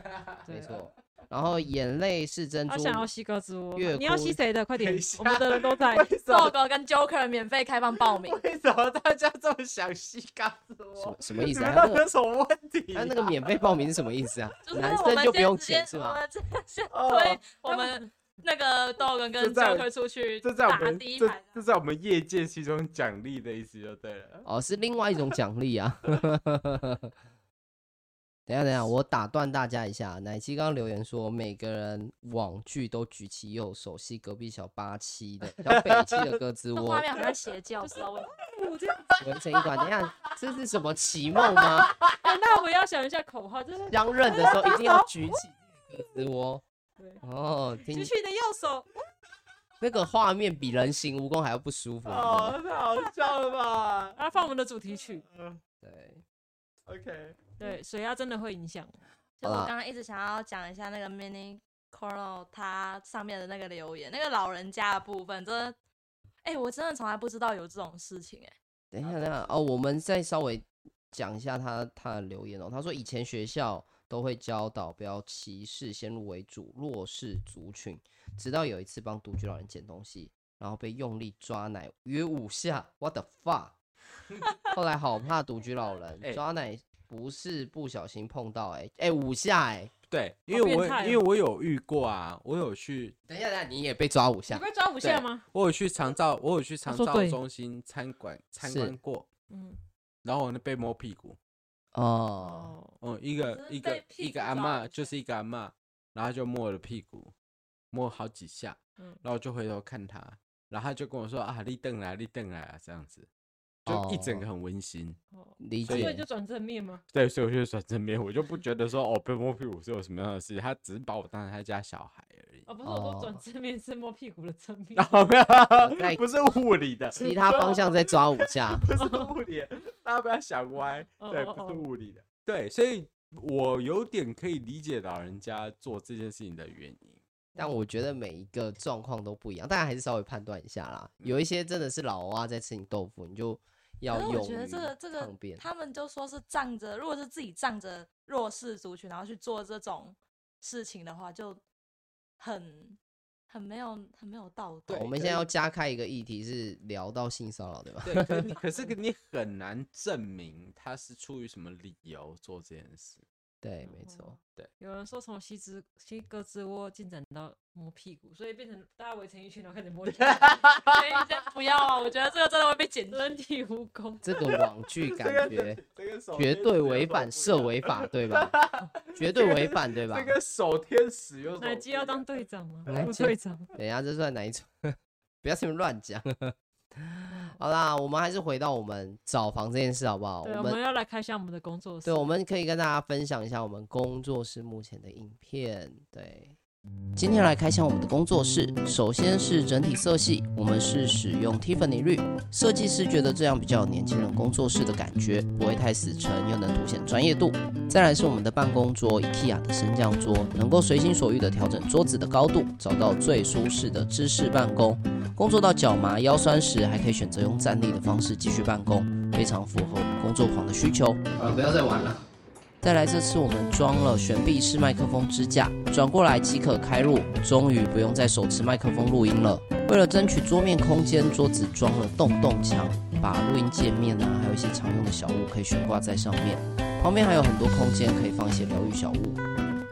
对啊
错。然后眼泪是珍
他
珠，
想要吸胳肢窝
月，
你要吸
哭
谁的？快点
一，下
我们的人都在。
豆哥跟 Joker 免费开放报名，
为什么大家这么想吸干
什么
我？
什么意
你
思
们
啊？他那
有
个
什么问题、啊
他那个免费报名是什么意 思啊？
就是
男
我
生
们
就
先
不用
直接
钱是
我
吗？
们直接先
哦
推我们那个豆哥
这
跟
在
Joker 出去
这在我
打
们
第一
这
排。啊
这在我们业界其中奖励的意思就对了。
哦，是另外一种奖励啊。 等一下等一下，我打断大家一下。奶七刚刚留言说，每个人网剧都举起右手吸隔壁小八七的小北七 的胳肢
这
窝
画，面好像邪教，不知道为什么。
文成一团。等一下，这是什么奇梦吗？
哎那我们要想一下口号，就是
相认的时候一定要举起胳肢窝。
对
哦，
举
听
起你的右手，
那个画面比人形蜈蚣还要不舒服。你知道吗
哦，太好笑了吧
啊，放我们的主题曲。
对，
？OK，
对，水压真的会影响。
就
好
我
啦
刚刚一直想要讲一下那个 Mini Cornell 它上面的那个留言，那个老人家的部分，真的，哎、我真的从来不知道有这种事情、哎，
等一下，等一下哦，我们再稍微讲一下他他的留言哦。他说以前学校都会教导不要歧视先入为主弱势族群，直到有一次帮独居老人捡东西，然后被用力抓奶约五下，what the fuck！后来好怕独居老人
哎
抓奶不是不小心碰到、哎哎五下哎、
对，因
好
为
变
我
态
因为我有遇过啊，我有去
等一下，等一下，你也被抓五
你
下，
被抓五
对
下吗？
我有去长照我有去长
说
照
对
中心参观参
是
观过，
嗯，
然后我那被摸屁股，
哦，
哦，
嗯，一个
是
一个
被屁
一个
股
阿
抓
嬷
一
就是
下
一个阿嬷，然后就摸我的屁股，摸好几下，
嗯
然后就回头看她，然后她就跟我说啊，立凳来，立凳来啊，这样子，就一整个
哦
很温馨。
哦，
理
所以
解
就。转正面吗？
对，所以我就转正面，我就不觉得说哦被摸屁股是有什么样的事，她只是把我当成她家小孩而 已。
哦，不是，我说
哦
转正面是摸屁股的正面
然。
哦
后没有，
在
不是物理的，，
哦其他方向再抓五下
不是物理的，大家不要想歪，
哦
对，
哦
不
哦
是物理的，对，所以我有点可以理解老人家做这件事情的原因。
但我觉得每一个状况都不一样，大家还是稍微判断一下啦。有一些真的是老蛙在吃你豆腐，你就要
可是我
勇
觉得
于
这个这
抗
个
辩，。
他们就说是仗着，如果是自己仗着弱势族群，然后去做这种事情的话，就很很没有很没有道德。
对
我们现在要加开一个议题是聊到性骚扰，对吧？
对，可是你可是你很难证明他是出于什么理由做这件事。
对，没
哦
错。
有人说从西之西胳肢窝进展到摸屁股，所以变成大家围成一圈，然后开始摸屁股，
所以先不要啊！我觉得这个真的会被剪掉。
人体蜈蚣。
这 个网剧
这个
感觉
这个手
绝
天
对
使有
违
什么
反
不
社
一样
违法， 对吧？绝对违反，对吧？
这个手天使有什么
奶鸡
不
要
一样
当队长吗？
奶
副
鸡
队长。
等一下，这算哪一种？不要这么乱讲。 好啦，我们还是回到我们找房这件事，好不好？
对，
哦
啊
我
我
们
们要来开箱我们的工作室。
对，我哦们可以跟大家分享一下我们工作室目前的影片。对，今天来开箱我们的工作室，首先是整体色系，我们是使用 Tiffany 绿，设计师觉得这样比较有年轻人工作室的感觉，不会太死沉，又能凸显专业度。再来是我们的办公桌，IKEA 的升降桌，能够随心所欲地调整桌子的高度，找到最舒适的姿势办公。工作到脚麻腰酸时，还可以选择用站立的方式继续办公，非常符合我们工作狂的需求。啊，不要再玩了。再来，这次我们装了悬臂式麦克风支架，转过来即可开录，终于不用再手持麦克风录音了。为了争取桌面空间，桌子装了洞洞墙，把录音界面啊，还有一些常用的小物可以悬挂在上面。旁边还有很多空间可以放一些疗愈小物。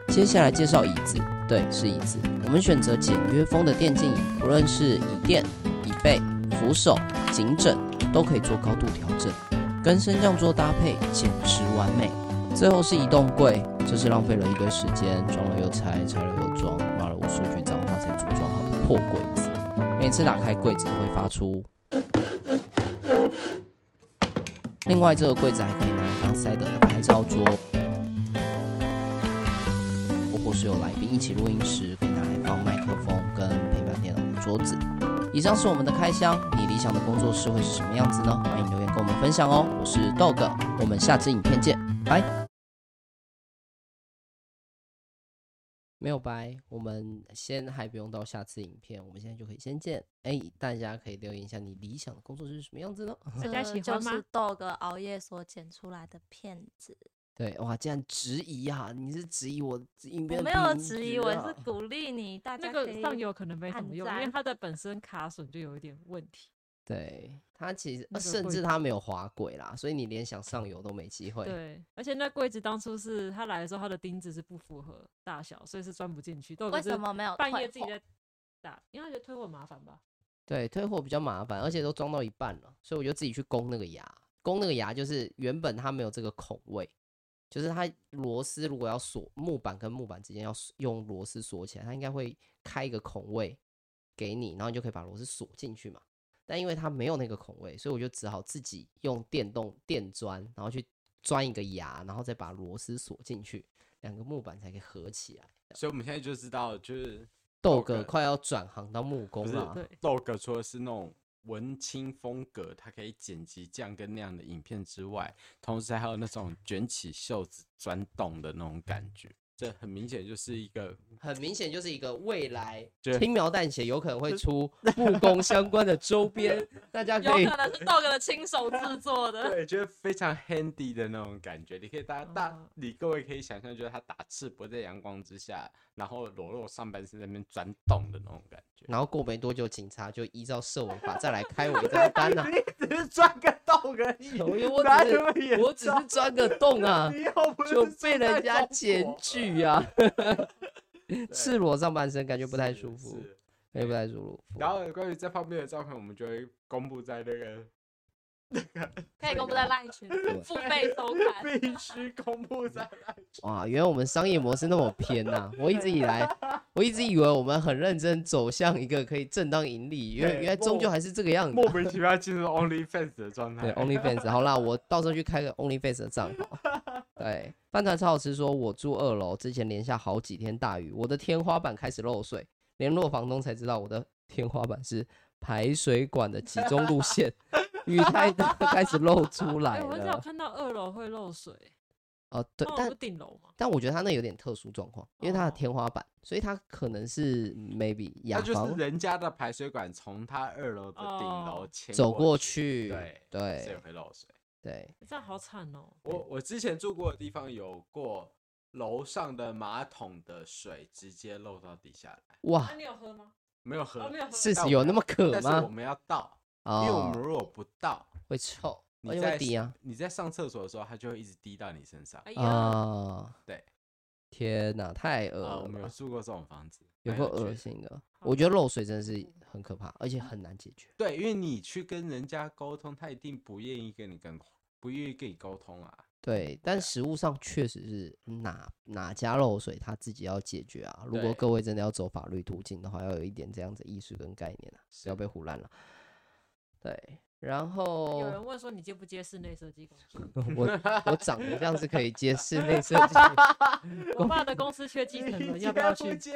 接下来介绍椅子，对，是椅子。我们选择简约风的电竞椅，不论是椅垫、椅背、扶手、颈枕，都可以做高度调整，跟升降桌搭配简直完美。最后是移动柜，这是浪费了一堆时间，装了又拆，拆了又装，骂了无数句脏话才组装好的破柜子。每次打开柜子都会发出。另外，这个柜子还可以拿来当塞德的拍照桌，或是有来宾一起录音时，可以拿来放麦克风跟陪伴电脑的桌子。以上是我们的开箱，你理想的工作室会是什么样子呢？欢迎留言跟我们分享哦。我是 Dog，我们下支影片见，拜。没有拜，我们先还不用到下次影片，我们现在就可以先见。哎，大家可以留言一下你理想的工作室是什么样子呢？
大家喜
这
欢
呃
吗
就是？豆哥熬夜所剪出来的片子。
对，哇，竟然质疑啊！你是质疑我影片的
我没有
品
质疑，
质
我
啊
是鼓励你，大家
那
可
个
以
上游可能没什
按
么用，因为
赞
它的本身卡损就有一点问题。
对他其实，
那
呃
个
甚
柜
至
子
他没有滑轨啦，所以你连想上游都没机会。
对，而且那柜子当初是他来的时候，它的钉子是不符合大小，所以是钻不进去。豆
为
哥是
什么没有
半
退
夜自己
货
在打，因为他觉得退货很麻烦吧？
对，退货比较麻烦，而且都装到一半了，所以我就自己去攻那个牙。攻那个牙就是原本它没有这个孔位，就是它螺丝如果要锁木板跟木板之间要锁用螺丝锁起来，它应该会开一个孔位给你，然后你就可以把螺丝锁进去嘛。但因为它没有那个孔位，所以我就只好自己用电动电钻，然后去钻一个牙，然后再把螺丝锁进去，两个木板才可以合起来。
所以我们现在就知道，就是
豆
豆
哥
哥
快要转行当木工
不是
了，啊
对，
Log 除了是那种文青风格，它可以剪辑这样跟那样的影片之外，同时还有那种卷起袖子钻洞的那种感觉。这很明显就是一个
很明显就是一个未来
对
轻描淡写，有可能会 出木工相关的周边，大家可以
有可能是豆哥的亲手制作的。
对，就是非常 handy 的那种感觉。你可以大大
哦，
你各位可以想象，就是他打赤膊在阳光之下，然后裸露上半身在那边钻洞的那种感觉。
然后过没多久，警察就依照社文法再来开我一 张单呐、
你只是钻个洞而已，
我我
哪
只
有那么
是
严
我只是
重
钻个洞啊，
你 又不是
就被
住在
人家
中
检
国
举啊，
对
赤裸上半身感觉不太
是
舒服，
是
感觉不太舒服。
然后关于这方面的照片，我们就会公布在那 个
可以公布在 LINE 群组付费收 看。
必须公 布在那里。
哇，原来我们商业模式那么偏呐、我一直以来，我一直以为我们很认真走向一个可以正当盈利，原来
对
原来终究
莫
还是这个样子
莫
啊、
名其妙进入 OnlyFans 的状态
对。，OnlyFans，好啦，我到时候去开个 OnlyFans 的账号。对，饭团超好吃说，我住二楼，之前连下好几天大雨，我的天花板开始漏水，联络房东才知道我的天花板是排水管的集中路线，雨太大开始漏出来
哎，我很少
了。
看到二楼会漏水，
哦，对
那，我
但
不顶楼嘛。
但我觉得他那有点特殊状况，因为他的
哦
天花板，所以他可能是 maybe
那
雅
就是
房
人家的排水管从他二楼的顶楼
哦
牵
走过
去，
去
对，所以
对
会漏水。
对，
这样好惨哦！
我我之前住过的地方有过楼上的马桶的水直接漏到底下来，
那
哇，
啊你有喝吗？
没有喝
哦，，没有喝。
是
但我
有
们
那么渴
但是我
吗？
们要倒，因为我们
哦，
如果不倒，
会臭，而
你
且
在
会滴啊
你在上厕所的时候，它就会一直滴到你身上。
哎呀，
啊！
对，
天哪，太恶
啊，
了
我们有
吧，
住过这种房子，
有
蛮
够
趣
恶
的。
心的。我觉得漏水真的是很可怕，而且很难解决。
对，因为你去跟人家沟通，他一定不愿意跟你跟不愿意跟你沟通啊。
对，但实物上确实是哪哪家漏水，他自己要解决啊。如果
对
各位真的要走法律途径的话，要有一点这样子意识跟概念啊，不要
是
被胡乱了。对，然后
有人问说你接不接室内设计公 司？
我我长得像是可以接室内设计的，
我爸的公司缺基层人，要不要去？
接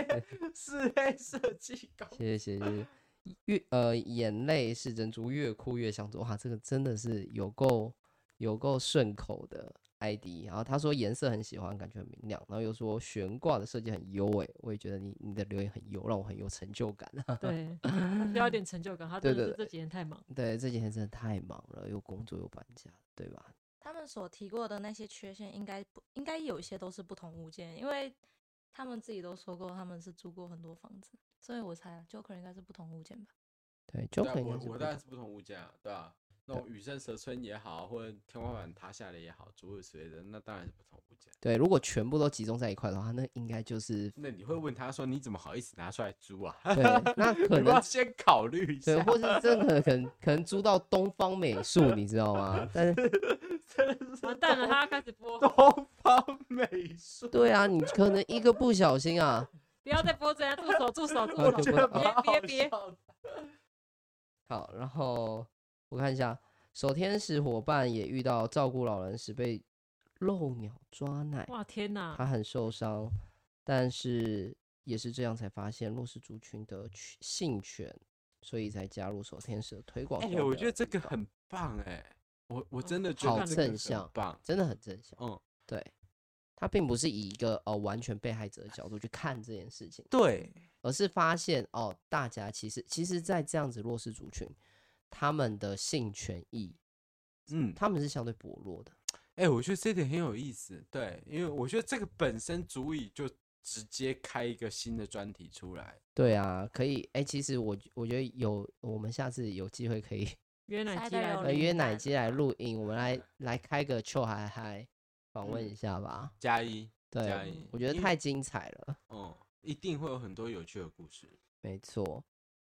室内设计工？
谢谢谢谢。越呃，眼泪是珍珠，越哭越想走。哇，这个真的是有够有够顺口的 ID。然后他说颜色很喜欢，感觉很明亮。然后又说悬挂的设计很优诶，我也觉得你你的留言很优，让我很有成就感啊。
对，他需要一点成就感。他真
对
的是
对
这几年太 忙。
对，这几天真的太忙了，又工作又搬家，对吧？
他们所提过的那些缺陷，应该不应该有一些都是不同物件，因为他们自己都说过他们是租过很多房子，所以我猜啊 Joker 应该是不同物件吧。
对，就
对啊
可，以
我
是
我
不
当然
同
是不同物件啊，对啊，那种雨声蛇村也好，或者天花板塌下来也好，诸如此类的，那当然是不同物件。
对，如果全部都集中在一块的话，那应该 就是
那你会问他说，你怎么好意思拿出来租啊？
对，那可
你要
能
先考虑一
对，
下，
或是真的可能可能租到东方美术，你知道吗？但是
完蛋了，他开始 播，
东方美术，
对啊，你可能一个不小心啊，
不要再播这样，住手，住 手，住
我觉
手！
得
别别别！
好，然后我看一下，守天使伙伴也遇到照顾老人时被漏鸟抓奶，
哇天哪！
他很受伤，但是也是这样才发现弱势族群的权性权，所以才加入守天使的推广
哎
项目。，
我觉得这个很棒哎，我我真的觉
哦好
得这个
正
很
向
棒，
真的很正向，
嗯，
对。他并不是以一个呃完全被害者的角度去看这件事情，
对，
而是发现哦，大家其实其实，在这样子弱势族群，他们的性权益，
嗯，
他们是相对薄弱的。
哎、我觉得这点很有意思，对，因为我觉得这个本身足以就直接开一个新的专题出来，
对啊，可以。哎、其实我我觉得有，我们下次有机会可 以
约奶
塞
机
得
来
有
了
呃约
灵
奶
感
机来录音，我们来来开个臭嗨嗨，访问一下吧。
加一，嗯加
对
一，
我觉得
因
太
为
精彩了，
嗯，一定会有很多有趣的故事。
没错。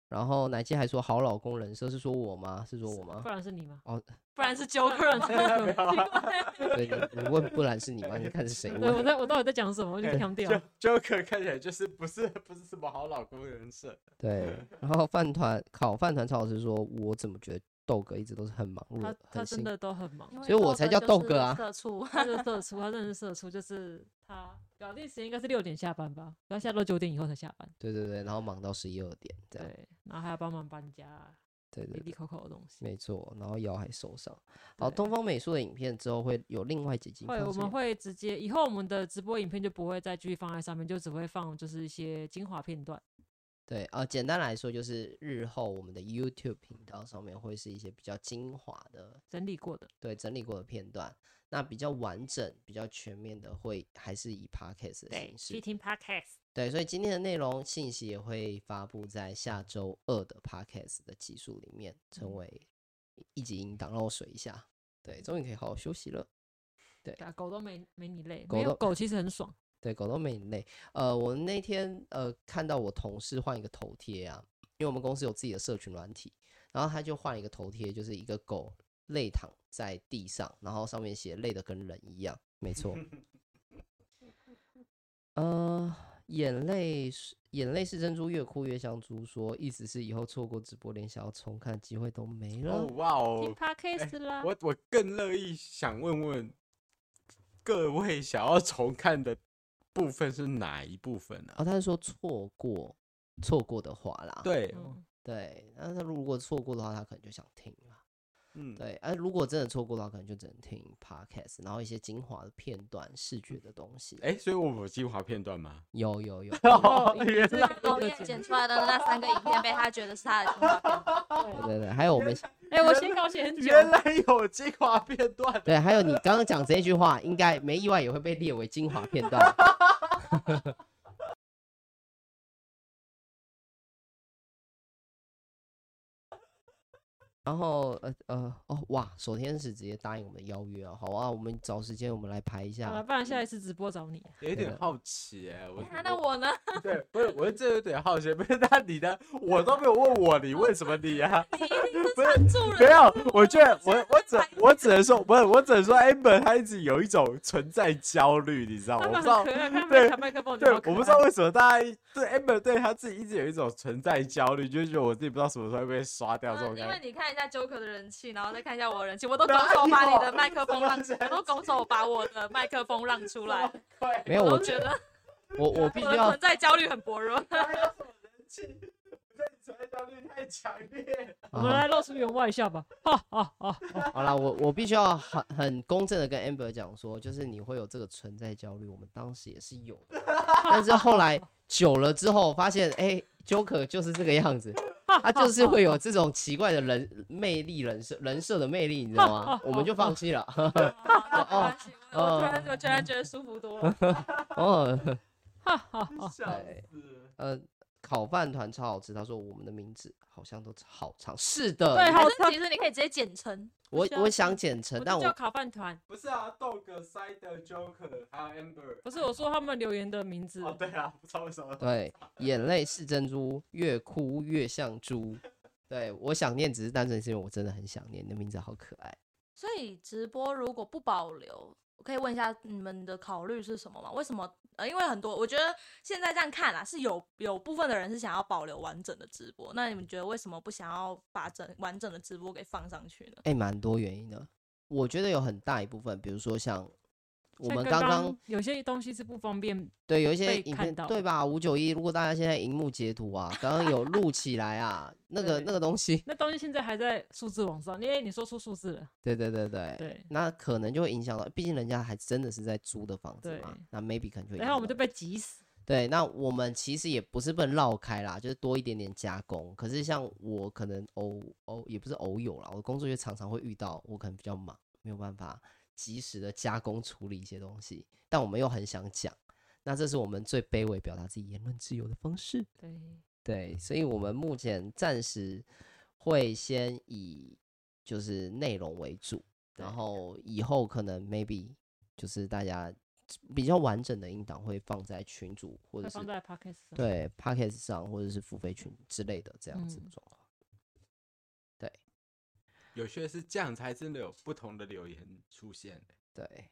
然后奶机还说好老公人设是说我吗？是说我吗
不？ 然是你 吗？
哦，
不然是 Joker
对，你你问不然是你吗？你看是谁
对，我
问？
在我到底在讲什么？我
哎
就强
啊
调，
Joker 看起来就是不是不是什么好老公人设，
对。然后饭团烤饭团曹老师说，我怎么觉得豆哥一直都是很忙
他
碌，
他
很辛
真
苦。
的都很忙，
因为
所以我才叫豆
就是
哥啊
社畜
他就是社畜，他真的是社畜，就是他表定时间应该是六点下班吧，不要下到九点以后才下班。
对对对，然后忙到十一二点这样。
对，然后还要帮忙搬家，
对啊对
滴滴
对，
扣扣的东西。
没错。然后腰还受伤。好，
对
东方美术的影片之后会有另外几集放
会，
上。
我们会直接以后我们的直播影片就不会再继续放在上面，就只会放就是一些精华片段。
对呃，简单来说就是日后我们的 YouTube 频道上面会是一些比较精华的，
整理过的，
对整理过的片段。那比较完整、比较全面的会还是以 podcast 的形式
去。听 podcast。
对，所以今天的内容信息也会发布在下周二的 podcast 的集数里面，成为一集音档，让我水一下。对，终于可以好好休息了。
对啊，狗都没没你累，
狗
没有
都
狗其实很爽。
对，狗都没你累。呃，我那天呃看到我同事换一个头贴啊，因为我们公司有自己的社群软体，然后他就换了一个头贴，就是一个狗累躺在地上，然后上面写累的跟人一样，没 错。呃，眼泪是眼泪是珍珠，越哭越像猪说，意思是以后错过直播连想要重看的机会都没了。
哦哇
听
哦，
podcast 啦，
我我更乐意想问问各位想要重看的部分是哪一部分啊呢、
然后哦他是说错过错过的话啦，
对，
嗯，
对，那他如果错过的话，他可能就想听了。
嗯，
对，而、如果真的错过的话，可能就只能听 podcast，然后一些精华的片段、视觉的东西。
哎，所以我有精华片段吗？
有有有，
哦，原
就是
来
导演剪出来的那三个影片被他觉得是他的精华片
对
段。
对对，还有我们
哎、我写稿写很久，
原来有精华片段，
对，还有你刚刚讲这一句话，应该没意外也会被列为精华片段。 然后呃呃哦哇，守天使直接答应我们的邀约啊，好啊，我们找时间我们来排一
好了，
下。
不然下一次直播找你。啊
有一点好奇哎，我
那我呢？
对，不是，我这有点好奇，不是那你的，我都没有问我，你问什么你啊？
你一定是
不是
常住
没
人，
有，我觉得我我 只我 只能说，不是，我只能说，amber 哎他一直有一种存在焦虑，你知道吗？
他
我不
们
知道
很可，爱，看他
对
们抢麦克风，
对，
我
我不知道为什么大家对 amber 对他自己一直有一种存在焦虑，就是觉得我自己不知道什么时候会被刷掉这种
嗯因
感
为
觉。
你看一下 Joker 的人气，然后再看一下我的人气，我都拱手把你的麦克风 让，
什么
我都拱手把我的麦克风让出来。
没有，我
都觉得
我我必须
我的
要
存在焦虑很 薄弱。
他有什么人气？我觉得你存在焦虑太强烈。
我们
啊
来露出员外笑 吧。哈哈哈！
好啦，我我必须要很很公正的跟 Amber 讲说，就是你会有这个存在焦虑，我们当时也是有的，但是后来久了之后，发现哎、Joker 就是这个样子，他就是会有这种奇怪的人魅力人设人设的魅力，你知道吗？我们就放弃了。
没关系
哦
我我突然我突
嗯
然觉得舒服多了。
哦，
笑
对
死！
呃，烤饭团超好吃，他说我们的名字好像都好长，是的，
对
还是其实你可以直接简称，
我
是啊
我想简
我
称，但
就叫
我
烤饭团，
不是啊，豆哥、Side、Joker 还有 amber。
不是我说他们留言的名字。
哦，对啊，不知道为什么。
对眼泪是珍珠，越哭越像猪。对我想念，只是单纯是因为我真的很想念你的名字，好可爱。
所以直播如果不保留，我可以问一下你们的考虑是什么吗？为什么？呃，因为很多我觉得现在这样看啦，是有有部分的人是想要保留完整的直播，那你们觉得为什么不想要把整完整的直播给放上去呢？
哎、蛮多原因的。我觉得有很大一部分，比如说像我
像
们
刚
刚刚
有些东西是不方便，
对有一些
被
影
看
片
到
对吧？五九一，如果大家现在荧幕截图啊，刚 刚有录起来啊，那个
对
那个东西，
那东西现在还在数字网上，因为你说出数字了，
对对对对，
对
那可能就会影响到，毕竟人家还真的是在租的房子
对
嘛，那 maybe 可能就会
然
影
后我们
响
就被急死。
对，那我们其实也不是不能绕开啦，就是多一点点加工。可是像我可能偶偶也不是偶有啦，我工作就常常会遇到，我可能比较忙，没有办法及时的加工处理一些东西，但我们又很想讲，那这是我们最卑微表达自己言论自由的方式。
对，
对，所以我们目前暂时会先以就是内容为主，然
对
后以后可能 maybe 就是大家比较完整的音档会放在群组或者
会
是
放在 podcast 上。
对 p o c k e t 上或者是付费群之类的这样子的
嗯
状况。
有些是这样才真的有不同的留言出现。
对，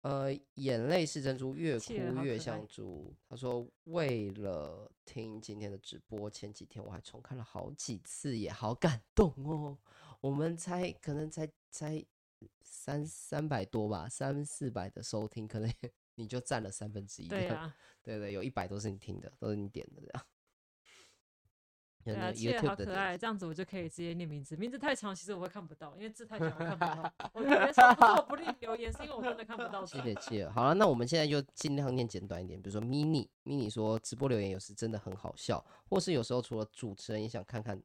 呃，眼泪是珍珠，越哭
气人好
越
可
像
爱
猪。他说，为了听今天的直播，前几天我还重看了好几次，也好感动哦。我们才可能才才三三百多吧，三四百的收听，可能你就占了三分之一。
对啊，
对对，有一百都是你听的，都是你点的这样。有
对
那
啊，
个
气得
YouTube
好
的
可
点
爱，这样子我就可以直接念名字。名字太长，其实我会看不到，因为字太长我看不 到。我特别说不是我不念留言，是因为我真的看不到字
谢。谢谢谢。好了，那我们现在就尽量念简短一点，比如说 mini mini 说直播留言有时真的很好笑，或是有时候除了主持人也想看看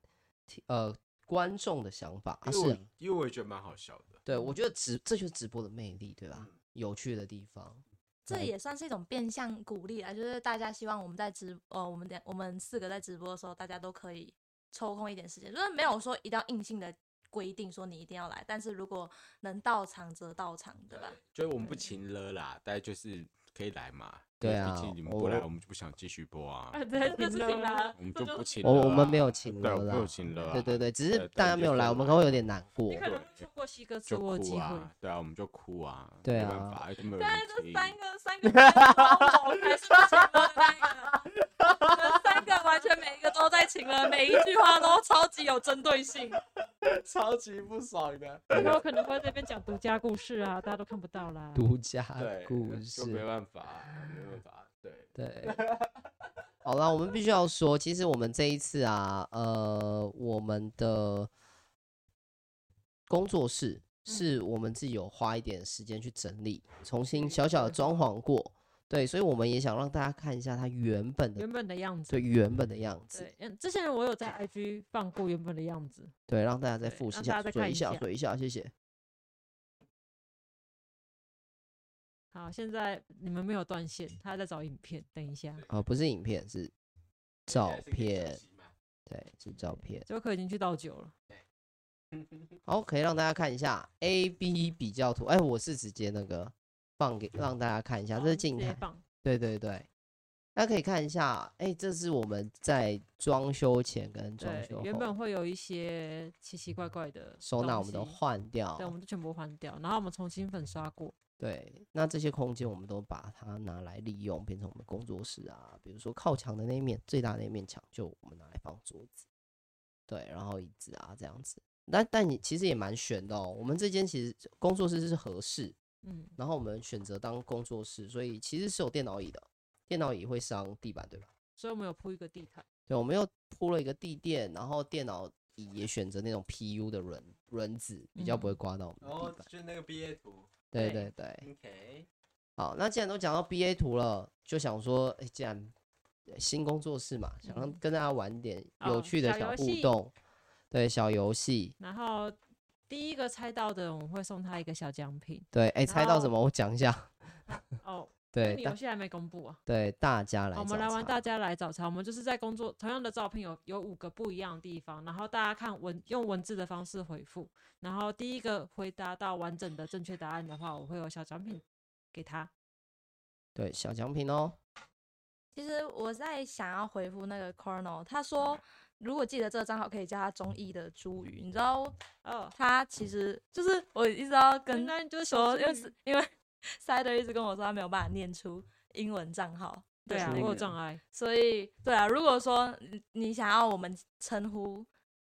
听呃观众的想法。啊、
因为
是
我，因为我也觉得蛮好笑的。
对我觉得直这就是直播的魅力，对吧？有趣的地方。
这
来
也算是一种变相鼓励啊，就是大家希望我们在直呃，我们的我们四个在直播的时候，大家都可以抽空一点时间，就是没有说一定要硬性的规定说你一定要来，但是如果能到场则到场，对吧？
就是我们不勤了啦，大家就是可以来嘛。
对
因为
啊
毕竟你们不来，
我
我们就不想继续播 啊，
啊， 对，
这
是
是
停
停
了
了。
我们就不勤了
我
啊。
我们没有请
对，
了
我们
啦
没有勤了啊。
对对对，只
对
是大家没有来，我们可能会有点难过
你。看，如
对
果错过西哥直
就
播的
哭
机会，
啊，对啊，我们就哭啊，
对啊
没办法， 就没有人
但是这
听。
三个三个全都我才是不晴了那一个，这三个完全每一个都在晴了，每一句话都超级有针对性。
超级不爽的，
以后可能会在这边讲独家故事啊，大家都看不到啦。
独家
啊
对，
故
就没
事，
办法，没办法，对，
对。好啦，我们必须要说，其实我们这一次啊，呃，我们的工作
嗯
室是我们自己有花一点时间去整理，重新小小的
嗯
装潢过。对，所以我们也想让大家看一下它原本的
原本的样子
对。原本的样子，
对，嗯，之前我有在 IG 放过原本的样子，
对，让大家再
对
复习
让
一下，
大家再
水
看
一
一
下，
下
水一下，谢谢。
好，现在你们没有断线，他在找影片，等一下。
啊，不是影片，是照片，对，是照片。
周可已经去倒酒了，
好，可以让大家看一下 A B 比较图。哎，我是直接那个放给让大家看一下，
好
这是
你
静
直接
态，
放
对对对，大家可以看一下。哎，这是我们在装修前跟装
对
修，
原
后
本会有一些奇奇怪怪的
收纳，我们都
东西，
换掉
对，。我们都全部换掉，然后我们重新粉刷过，
对，那这些空间我们都把它拿来利用，变成我们工作室啊。比如说靠墙的那一面，最大的那一面墙，就我们拿来放桌子，对，然后椅子啊这样子。但但你其实也蛮悬的哦。我们这间其实工作室是合适，
嗯，
然后我们选择当工作室，所以其实是有电脑椅的，电脑椅会伤地板，对吧？
所以我们有铺一个地毯，
对，我们又铺了一个地垫，然后电脑椅也选择那种 PU 的轮轮子，比较不会
嗯
刮到我们的
哦
地板。，
就那个毕业图
对对
对
哎
对，
，OK，
好，那既然都讲到 BA 图了，就想说，哎，既然呃新工作室嘛，想让
嗯
跟大家玩点有
哦
趣的
小
小
游
互
戏
动，对，小游戏，
然后第一个猜到的，我们会送他一个小奖 品。
对，哎，猜到什
后
么我讲一下，
哦，那
对，
你
大
游戏还没公布啊？
对大家来
好我
找茬，
们来玩大家来找茬，我们就是在工作同样的照片有有五个不一样的地方，然后大家看文用文字的方式回复，然后第一个回答到完整的正确答案的话，我会有小奖品给他。
对小奖品哦，
其实我在想要回复那个 Cornel，他说如果记得这个账号可以叫他中意的茱萸，你知道
哦，
他其实就是我一直要跟
应该就是
说，
小
就
茱
是因为 Sider 一直跟我说他没有办法念出英文账号，
对啊，
那
我
个
有障碍，
所以对啊，如果说你你想要我们称呼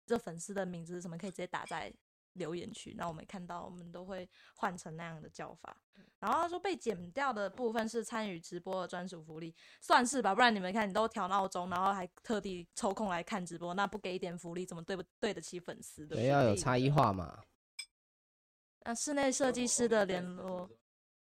这粉丝的名字是什么，可以直接打在留言区，那我们看到我们都会换成那样的叫法。然后他说被减掉的部分是参与直播的专属福利，算是吧，不然你们看你都调闹钟，然后还特地抽空来看直播，那不给一点福利，怎么对不对得起粉丝？对不
对，
对？
要有差异化嘛。
那室内设计师的联络，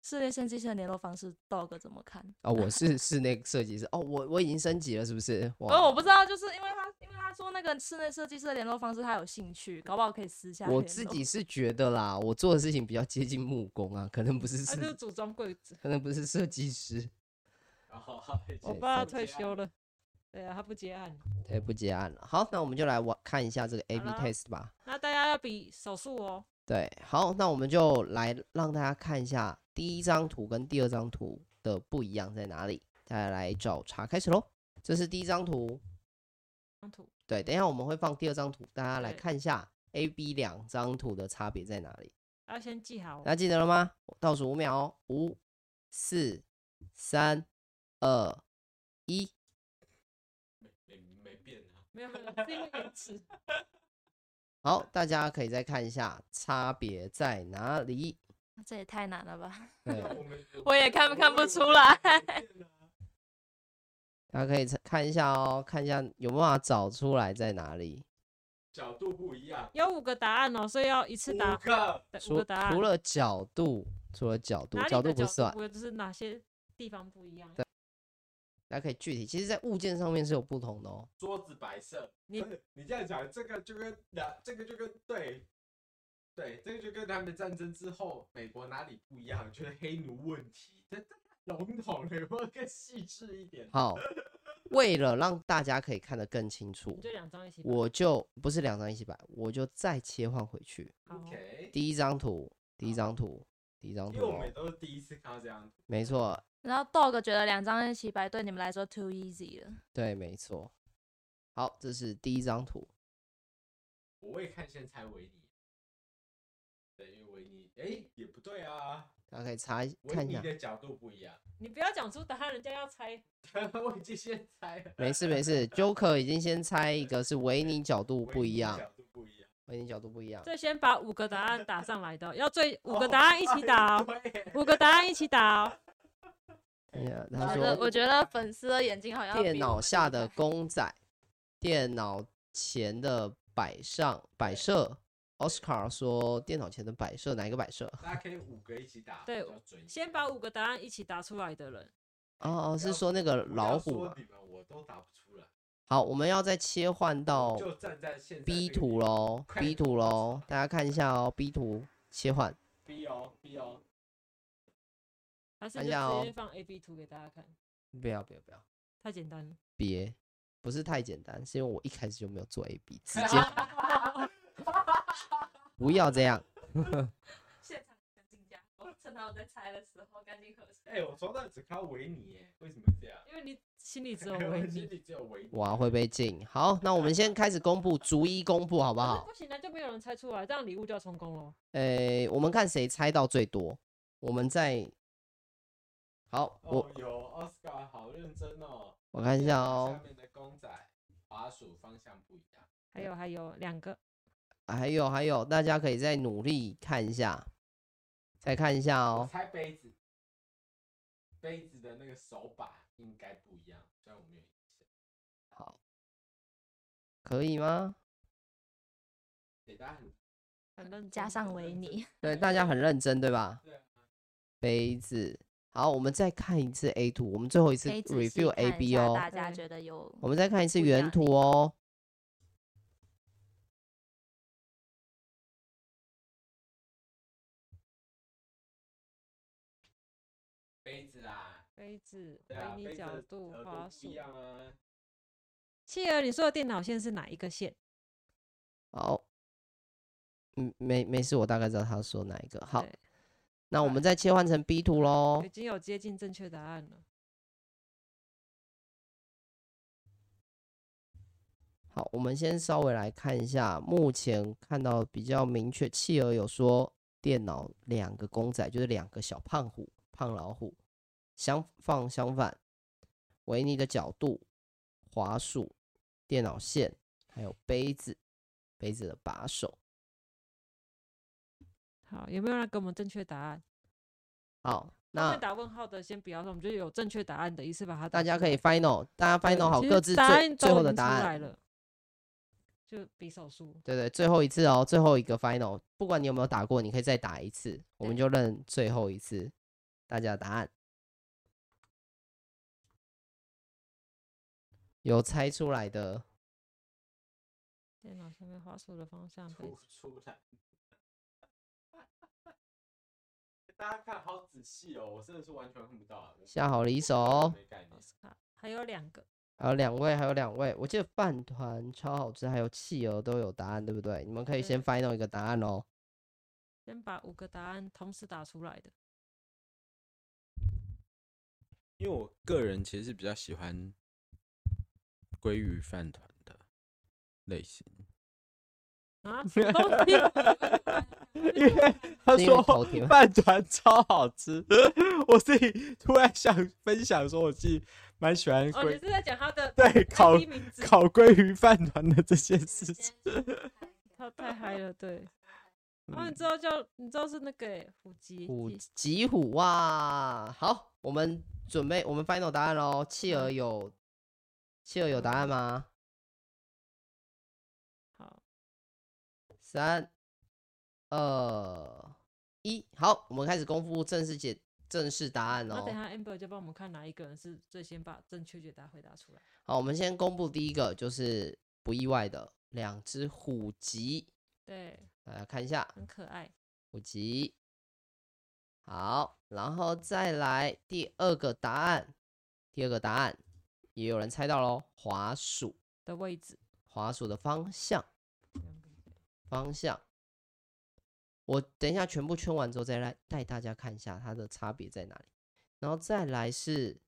室内设计师的联络方式，dog 怎么看？
哦，我是室内设计师哦，我我已经升级了，是不是？
不是
哦
哇，
我不知道，就是因为他，因为他说那个室内设计师的联络方式，他有兴趣，搞不好可以私下
我
联
自
哦
络
己是觉得啦，我做的事情比较接近木工啊，可能不是
他、就是
是，
组装柜子，
可能不是设计师，
然后还有
我
对
爸
他
不接
退
案
休了，对啊，他不接案。
对，不接案了。好，那我们就来玩看一下这个 A/B
好啦
test 吧。
那大家要比手速哦，
对，好，那我们就来让大家看一下第一张图跟第二张图的不一样在哪里。大家来找茬开始喽。这是第一张图，
张图
对，等一下我们会放第二张图，大家来
对
看一下 A、B 两张图的差别在哪里。
要先记好哦。
大家记得了吗？倒数五秒哦，五、四、三、二、一。
没没变啊，
没有没有，是因为延迟。
好，大家可以再看一下差别在哪里。
这也太难了吧？
对，
我也看看不出来。
啊
大家可以看一下哦，看一下有没有办法找出来在哪里。
角度不一样，
有五个答案哦，所以要一次答
五个
对五
除
个答案。
除了角度，除了角度
哪，里
角
的
度不算，
我就是哪些地方不一样。
大家可以具体。其实，在物件上面是有不同的哦。
桌子白色，
你
不是你这样讲，这个就跟两，这个就跟对，对，这个就跟南北战争之后美国哪里不一样，就是黑奴问题，这这太笼统了，有没有更细致一点？
好，为了让大家可以看得更清楚
你，就两张一起吧。
我就不是两张一起摆，我就再切换回去。
好
OK，
第一张图，第一张图，第一张
嗯因
图、
为我
哦
们也，都是第一次看到这样，
没错，
然后 dog 觉得两张一起白对你们来说 too easy 了。
对，没错。好，这是第一张图，
我未看先猜维尼，对，因为维尼，哎，也不对啊，
大家可以查一
维
看一
尼
下。
的角度不一样，
你不要讲出答案，人家要猜。
我已经先猜了，
没事没事，Joker 已经先猜一个是维尼角度
维
不
尼
一
的
样，
角度不一样，
维尼角度不一样。
所以先把五个答案打上来的哦，要 最五个答案一起打哦，
哦， 对
五个答案一起打哦。
哎呀，
我
他
觉得
说
我觉得粉丝的眼睛好像比
电
我
脑
们
下
厉
的
害
公仔，电脑前的摆上摆设， Oscar 说电脑前的摆设哪一个摆设？
大家可以五个一起打，
对
比较准一点
先把五个答案一起答出来的人，
哦哦，
不
是
要
说那个
不要
老虎
说
吗？
你们我都答不出来，
好，我们要再切换到
就站在现在
哦 B
这个
图
地
喽
快
，B
点
图喽，大家看一下哦，B 图切换。
，B 哦 B 哦，
还是
等
你
一下
就
哦
直接放 A、B 图给大家看？
不要不要不要，
太简单了。
别，不是太简单，是因为我一开始就没有做 A B，直接不要这样。
现场赶紧加工，趁他们在猜的时候赶紧合成。
哎，我从那只看到维尼耶，为什么会这样？
因为你心里 只有
我
维
心
尼，
里只有维尼，
哇，会被禁。好，那我们先开始公布，逐一公布好不
可是
好
不？行啊，就没有人猜出来，这样礼物就要成功了。
诶、我们看谁猜到最多，我们再。好，我、
哦，有 Oscar 好认真哦。
我看一下哦
下，面的公仔滑鼠方向不一样。
还有还有两个，
啊还有还有，大家可以再努力看一下，再看一下
我
哦。
猜杯子，杯子的那个手把应该不一样，虽然我没有印象。
好，可以吗？
给大家很
反正
加上维尼，
对，大家很认真，对吧？
对啊，
杯子。好，我们再看一次 A 图，我们最后一次
可以仔细
review
看一
A B
下
哦。
大家
对
觉得有
我们再看一次
不一样
原图哦。
杯子啊，
杯子、
对啊，
维
杯
尼
子
角
的
度、
额
嗯滑
不
鼠
一。样啊。
企鹅，你说的电脑线是哪一个线？
好，嗯，没没事，我大概知道他说哪一个。好
对，
那我们再切换成 B 图喽
已。经有接近正确答案了。
好，我们先稍微来看一下，目前看到比较明确，企鹅有说电脑两个公仔就是两个小胖虎、胖老虎，相放相反，维尼的角度、滑鼠、电脑线，还有杯子，杯子的把手。
好，有没有人给我们正确答案？
好，
那
那
打问号的先不要说，我们就有正确答案的，一次把它打
大家
出
可以
来
final，大家
对
final 好
其
各
实
自
答
最
案
最
都
后
已
的
经
答
出
案
来。了，就比手速。
对对，最后一次哦，最后一个 final，不管你有没有打过，你可以再打一次，我们
对
就认最后一次大家的答案。有猜出来的，
电脑下面滑鼠的方向被
吐出来。 大家看好仔细哦，我真的是完全看不到啊。我
下好离手哦
没概念。
Oscar，还有两个，
还有两位，还有两位，我记得饭团、超好吃，还有企鹅都有答案，对不对？你们可以先 final 一个答案哦。
先把五个答案同时打出来的。
因为我个人其实是比较喜欢鲑鱼饭团的类 型，
啊，什么东 西
因为他
是因为
说
头甜吗
饭团超好吃，我自己突然想分享说，我自己蛮喜欢
哦，你
鲑
是在讲他的
对烤
IP 名字？
烤鲑鱼饭团的这件事情。
他太嗨了，对。 然后
嗯
哦你知道叫你知道是那个欸虎吉
虎
吉
吉虎哇，好，我们准备我们 final 答案喽。企鹅有，企鹅有答案吗？
好，
三、二、一，好，我们开始公布正式解正式答案
那
哦
等一。下 Amber 就帮我们看哪一个人是最先把正确解答回答出来。
好，我们先公布第一个，就是不意外的两只虎吉，
对，
大家看一下
很可爱。
虎吉。好，然后再来第二个答案，第二个答案也有人猜到喽，滑鼠，
的位置。
滑鼠的方向，
这样子
方向。我等一下全部圈完之后再来带大家看一下它的差别在哪里，然后再来是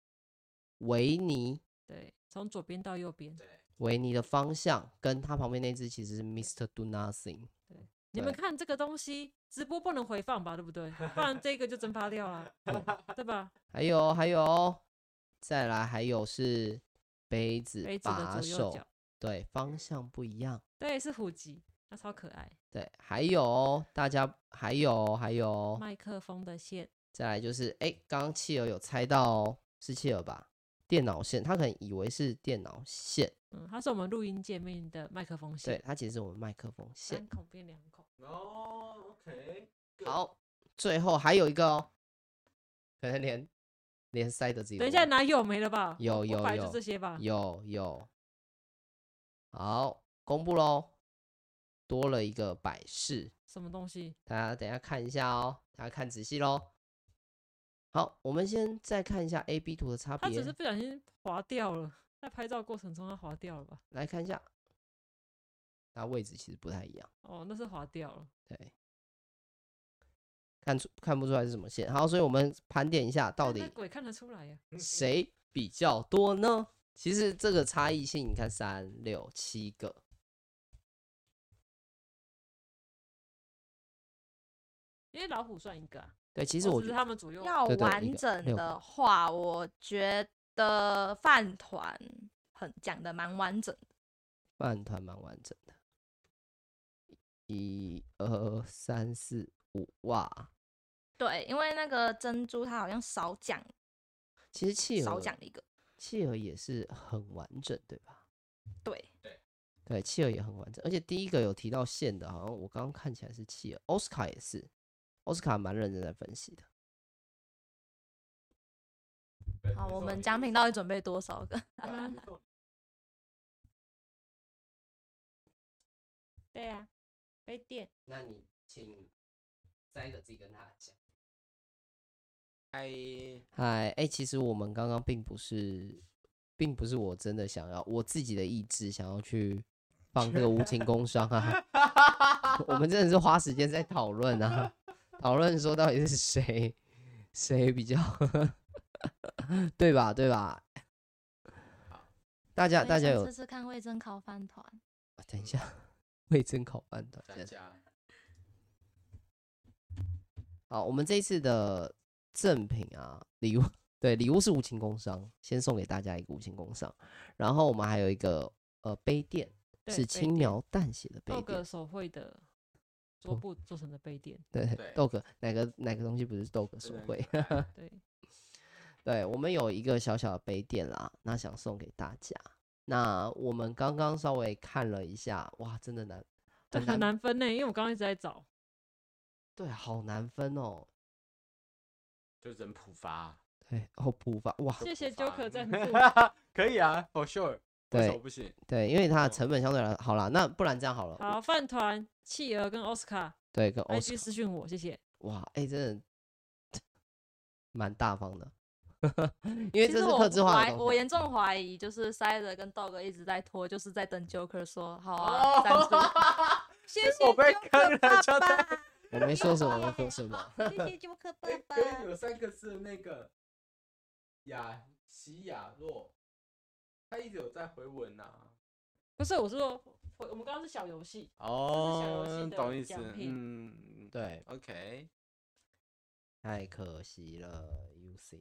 维尼，
对，从左边到右边。
维尼的方向跟它旁边那只其实是 Mr. Do Nothing，
你们
对
看这个东西，直播不能回放吧，对 不对？不然这个就蒸发掉了，对吧？
还有还有，再来还有是杯子
杯子
把
的左右
手
角，，
对，方向不一样，
对，是虎吉，那超可爱。
对，还有大家还有还有，
麦克风的线，
再来就是哎，刚刚企鹅有猜到哦，是企鹅吧？电脑线，他可能以为是电脑线，
嗯，它是我们录音界面的麦克风
对
线，，
它其实是我们麦克风线
三。孔变两孔。
哦，OK，
好，最后还有一个哦，可能连连塞的自己都
等一下
忘了
哪有没了吧？
有
我
有
我本来就
有
这些吧。
有有，好，公布喽，多了一个百事，
什么东西？
大家等一下看一下哦，大家看仔细喽。好，我们先再看一下 A、B 图的差
它只
别
是，不小心划掉了，在拍照过程中它划掉了吧？
来看一下，它位置其实不太一样。
哦，那是划掉了。
对，看出看不出来是什么线。好，所以我们盘点一下，到
那
底
那鬼看得出来呀？
谁比较多呢？其实这个差异性，你看三六七个，
因为老虎算一个啊，
对，其
其
实我
只是
觉得
他们左右。
要
对对一
完
个
整
六
的
个
话，我觉得饭团很讲的蛮完整的。
饭团蛮完整的。一二三四五，哇！
对，因为那个珍珠它好像少讲
其实企
少
鹅，
讲了一个，
企鹅也是很完整，对吧？
对，
对，企鹅也很完整，而且第一个有提到线的，好像我刚刚看起来是企鹅，奥斯卡也是，奥斯卡蛮认真在分析的。
好，我们奖品到底准备多少个？
对啊，被电。
那你请塞的自己跟他讲。
哎，
嗨，哎，其实我们刚刚并不是，并不是我真的想要我自己的意志想要去放这个无情工伤 啊，我们真的是花时间在讨论啊，讨论说到底是谁谁比较，对吧？对吧？大家大家有
试试看味增烤饭团，
啊等一下，味增烤饭团。
大家
好，我们这一次的赠品啊，礼物对礼物是无情工商，先送给大家一个无情工商。然后我们还有一个呃杯垫，
对
是
被
轻
电
描淡写的杯
豆哥
垫。
手绘的桌
哦
布做成的杯 垫，
对
对，
豆哥哪个哪个东西不是豆哥手
真的
绘？
很可爱
对，
对我们有一个小小的杯垫啦，那想送给大家。那我们刚刚稍微看了一下，哇，真的难，
这
很难
很难分呢，因为我刚刚一直在找，
对，好难分哦。
就人普发，
对，哦，普法哇，
谢谢
普发
Joker 赞助，
可以啊，for sure，为什么
对
不行？
对，因为它的
嗯
哦
成本相对来好啦，那不然这样好了，
好，饭团、企鹅跟奥斯卡
对，跟欧
，IG 私讯我，谢谢。
哇，哎、真的蛮大方的， 因为
其
这
实
是
我
克制化
怀
的
我
东西。
严重怀疑，就是塞德跟豆哥一直在拖，就是在等 Joker 说好啊，赞 助谢谢
我被
Joker
坑了
爸
就在
爸
我没说什么，我没说什么。
谢谢 Joker 爸爸
跟。 有三个字的那个雅西雅洛，他一直有在回文啊呐、
不是，我是说，我我们刚刚是小游戏，游戏
哦
的
懂意思
奖，品
嗯，
对，
，OK，
太可惜了，UC。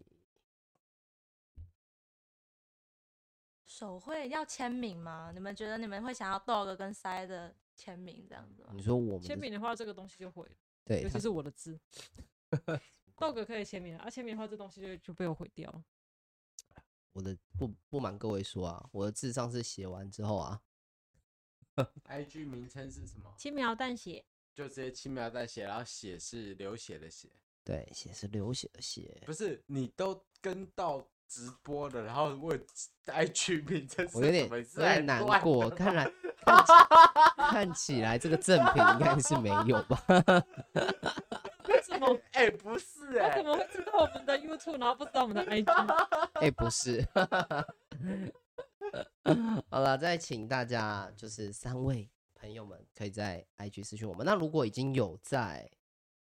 手绘要签名吗？你们觉得你们会想要豆哥跟塞德签名这样子吗？
你说我们
签
的
名的话，这个东西就毁了，
对
尤
他
其是我的 字。豆哥可以签名啊，啊签名的话，这东西就就被我毁掉了。
我的不不瞒各位说啊，我的智商是写完之后啊，
IG 名称是什么？
轻描淡写，
就直接轻描淡写，然后血是流血的血，
对，写是流血的血。
不是你都跟到直播了，然后问 IG 名称是
我有
什
点
么，哎
有
是在
点难
乱
过，
的
看
吧
来看起看起来这个赠品应该是没有吧？
为什么？
哎、不是
我
哎、
怎么会知道我们的 YouTube，然后不知道我们 的 IG？
哎、不是。 好了，再请大家就是三位朋友们可以在 IG 私讯我们。那如果已经有在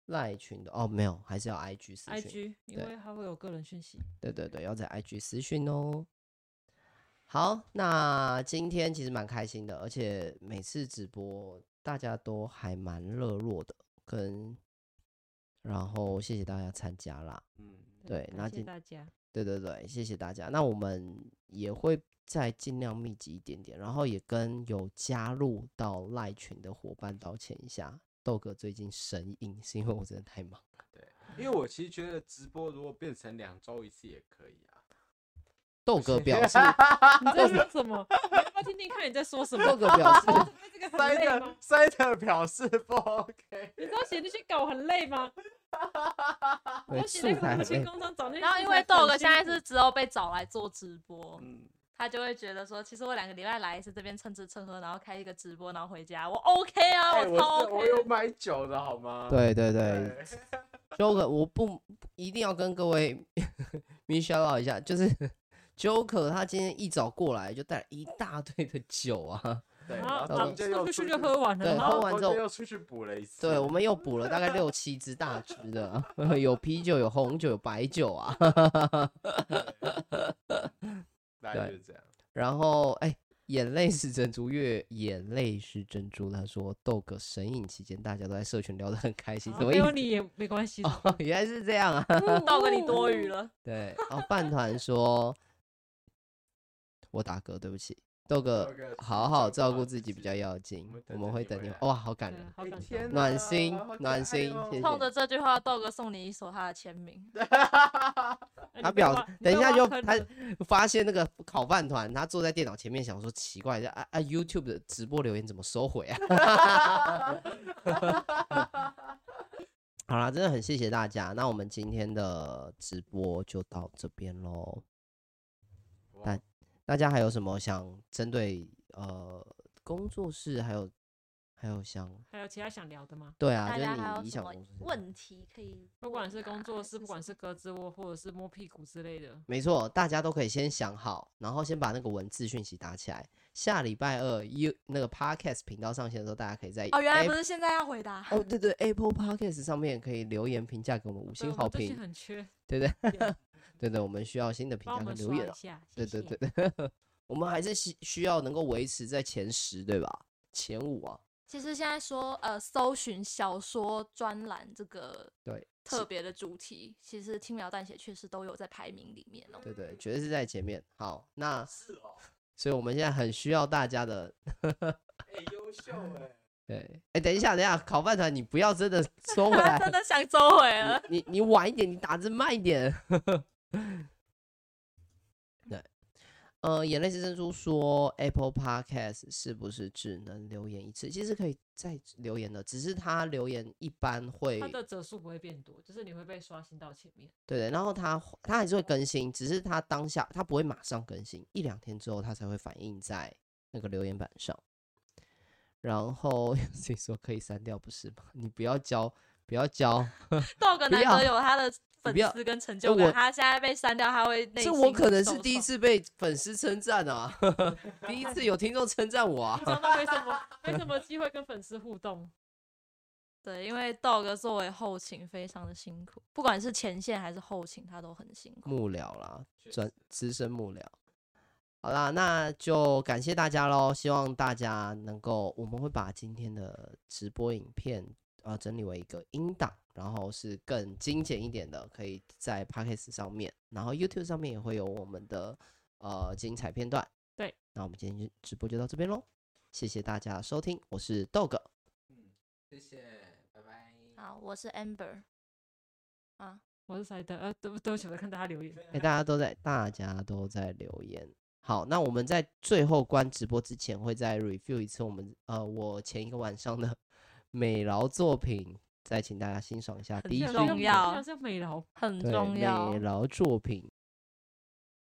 赖群的哦，没有，还是要 IG 私讯。
IG，因
对
为它会有个人讯息。
对对对，要在 IG 私讯哦。好，那今天其实蛮开心的，而且每次直播大家都还蛮热络的，跟然后谢谢大家参加啦。
嗯，
对那
感谢
今
大 家。
对对对，谢谢大家。那我们也会再尽量密集一点点，然后也跟有加入到赖群的伙伴道歉一下。豆哥最近神隐，是因为我真的太忙。
因为我其实觉得直播如果变成两周一次也可以啊，
豆哥表示，
你在说什么？你要不要听听看你在说什么？
豆哥表示，
对这个很
塞
累吗
特？塞特表示不 OK，
你知道写那些稿很累吗？ 我
对，
要写
素
那个
材
文
很
青
累。
工商找那些素材很辛苦，
然后因为豆哥现在是只有被找来做直播，
嗯，
他就会觉得说，其实我两个礼拜来一次这边蹭吃蹭喝，然后开一个直播，然后回家，我 OK 啊，
哎，
超
我是
OK
我有买酒的好吗？
对
哎
对对，，Joker，我不一定要跟各位 米小唠一下，就是 Joker 他今天一早过来就带了一大堆的酒啊，
对，
然
然
后
后
送
然后
中间又
出
出
去就喝完了，
对
然
然
喝
后
后
完
中
之后
间又出去补了一次，
对我们又补了大概六七支大支的 啊，有啤酒，有红酒，有白酒啊。
大概
对
就是这样。
然后哎、眼泪是珍珠月，眼泪是珍珠。他说豆哥神隐期间，大家都在社群聊得很开心，
啊
什么
没
意
有
思？
你也没关系。 嗯
哦，原来是这样啊。
豆哥你 多余了，
对，然后饭团说，我打嗝，对不起，豆哥
豆哥，
好好照顾自己比较要紧
我们，等
我们
着
会
你
等
回
你
来。
哇，好感
对啊
人，哦
好感
天
动。
哪
暖心
好可
暖
爱
心
哦
谢 谢
冲着这句话，豆哥送你一首他的签名。
哎
他
你不要
表
挖
等一下就他
你
发现那个烤饭团，他坐在电脑前面，想说奇怪，这啊啊 YouTube 的直播留言怎么收回啊？ 好啦，真的很谢谢大家，那我们今天的直播就到这边喽。
哇
大家还有什么想针对呃工作室，还有还有想
还有其他想聊的吗？
对啊，
大
就是
家还
你
有
理
什
想
么
工作室
问题可以？
不管是工作室，不管是胳肢窝，或者是摸屁股之类的，
没错，大家都可以先想好，然后先把那个文字讯息打起来。下礼拜二 U 那个 Podcast 频道上线的时候，大家可以在
哦，原来不
App-
是现在要回答。
哦，对对，Apple Podcast 上面可以留言评价给我们五
对
星
我
好
们最近
评，
很缺，
对对
点
对对，我们需要新的评
帮我
价和
们
留
刷
言
一
啊，
下。
对
谢
对
谢
对，对， 我们还是需需要能够维持在前十对吧？前五啊，
其实现在说呃，搜寻小说专栏这个
对
特别的主题，其实轻描淡写确实都有在排名里 面哦。
对对，绝对是在前面。好，那是哦，所以我们现在很需要大家的
哎，优 秀哎，
对，哎，等一下，等一下，烤饭团，你不要真的收回
他
来，
真的想收回了。
你你你晚一点，你打字慢一点。 对，呃，眼泪是珍珠说 Apple Podcast 是不是只能留言一次？其实可以再留言的，只是他留言一般会
它的折数不会变多，就是你会被刷新到前 面。
对对，然后他他还是会更新，只是他当下他不会马上更新，一两天之后他才会反映在那个留言板上。然后 谁说可以删掉不是吗？你不要教，不要教，
豆哥
不
难
要
得有他的粉
不要哎
丝跟成就
我
感，他现在被删掉，他会内
这
心
我可能
受
是第一
创
次被粉丝称赞啊， 第一次有听众称赞我
平
啊。
常都没什么没什么机会跟粉丝互动，
对，因为豆哥作为后勤非常的辛苦，不管是前线还是后勤，他都很辛苦。
幕僚啦，专资深幕僚。好啦，那就感谢大家喽！希望大家能够，我们会把今天的直播影片呃整理为一个音档，然后是更精简一点的，可以在 Podcast 上面，然后 YouTube 上面也会有我们的呃精彩片段。
对，
那我们今天就直播就到这边喽，谢谢大家的收听，我是豆哥，
谢谢，拜拜。
好，我是 Amber 啊，
我是塞德，呃，对不对不起，我在看大家留言。
哎、大家都在，大家都在留言。好，那我们在最后关直播之前，会再 review 一次我们呃我前一个晚上的 美劳作品，再请大家欣赏一下
很
第一
重
句
要
好像美劳，
很
对
重要
美。劳作品。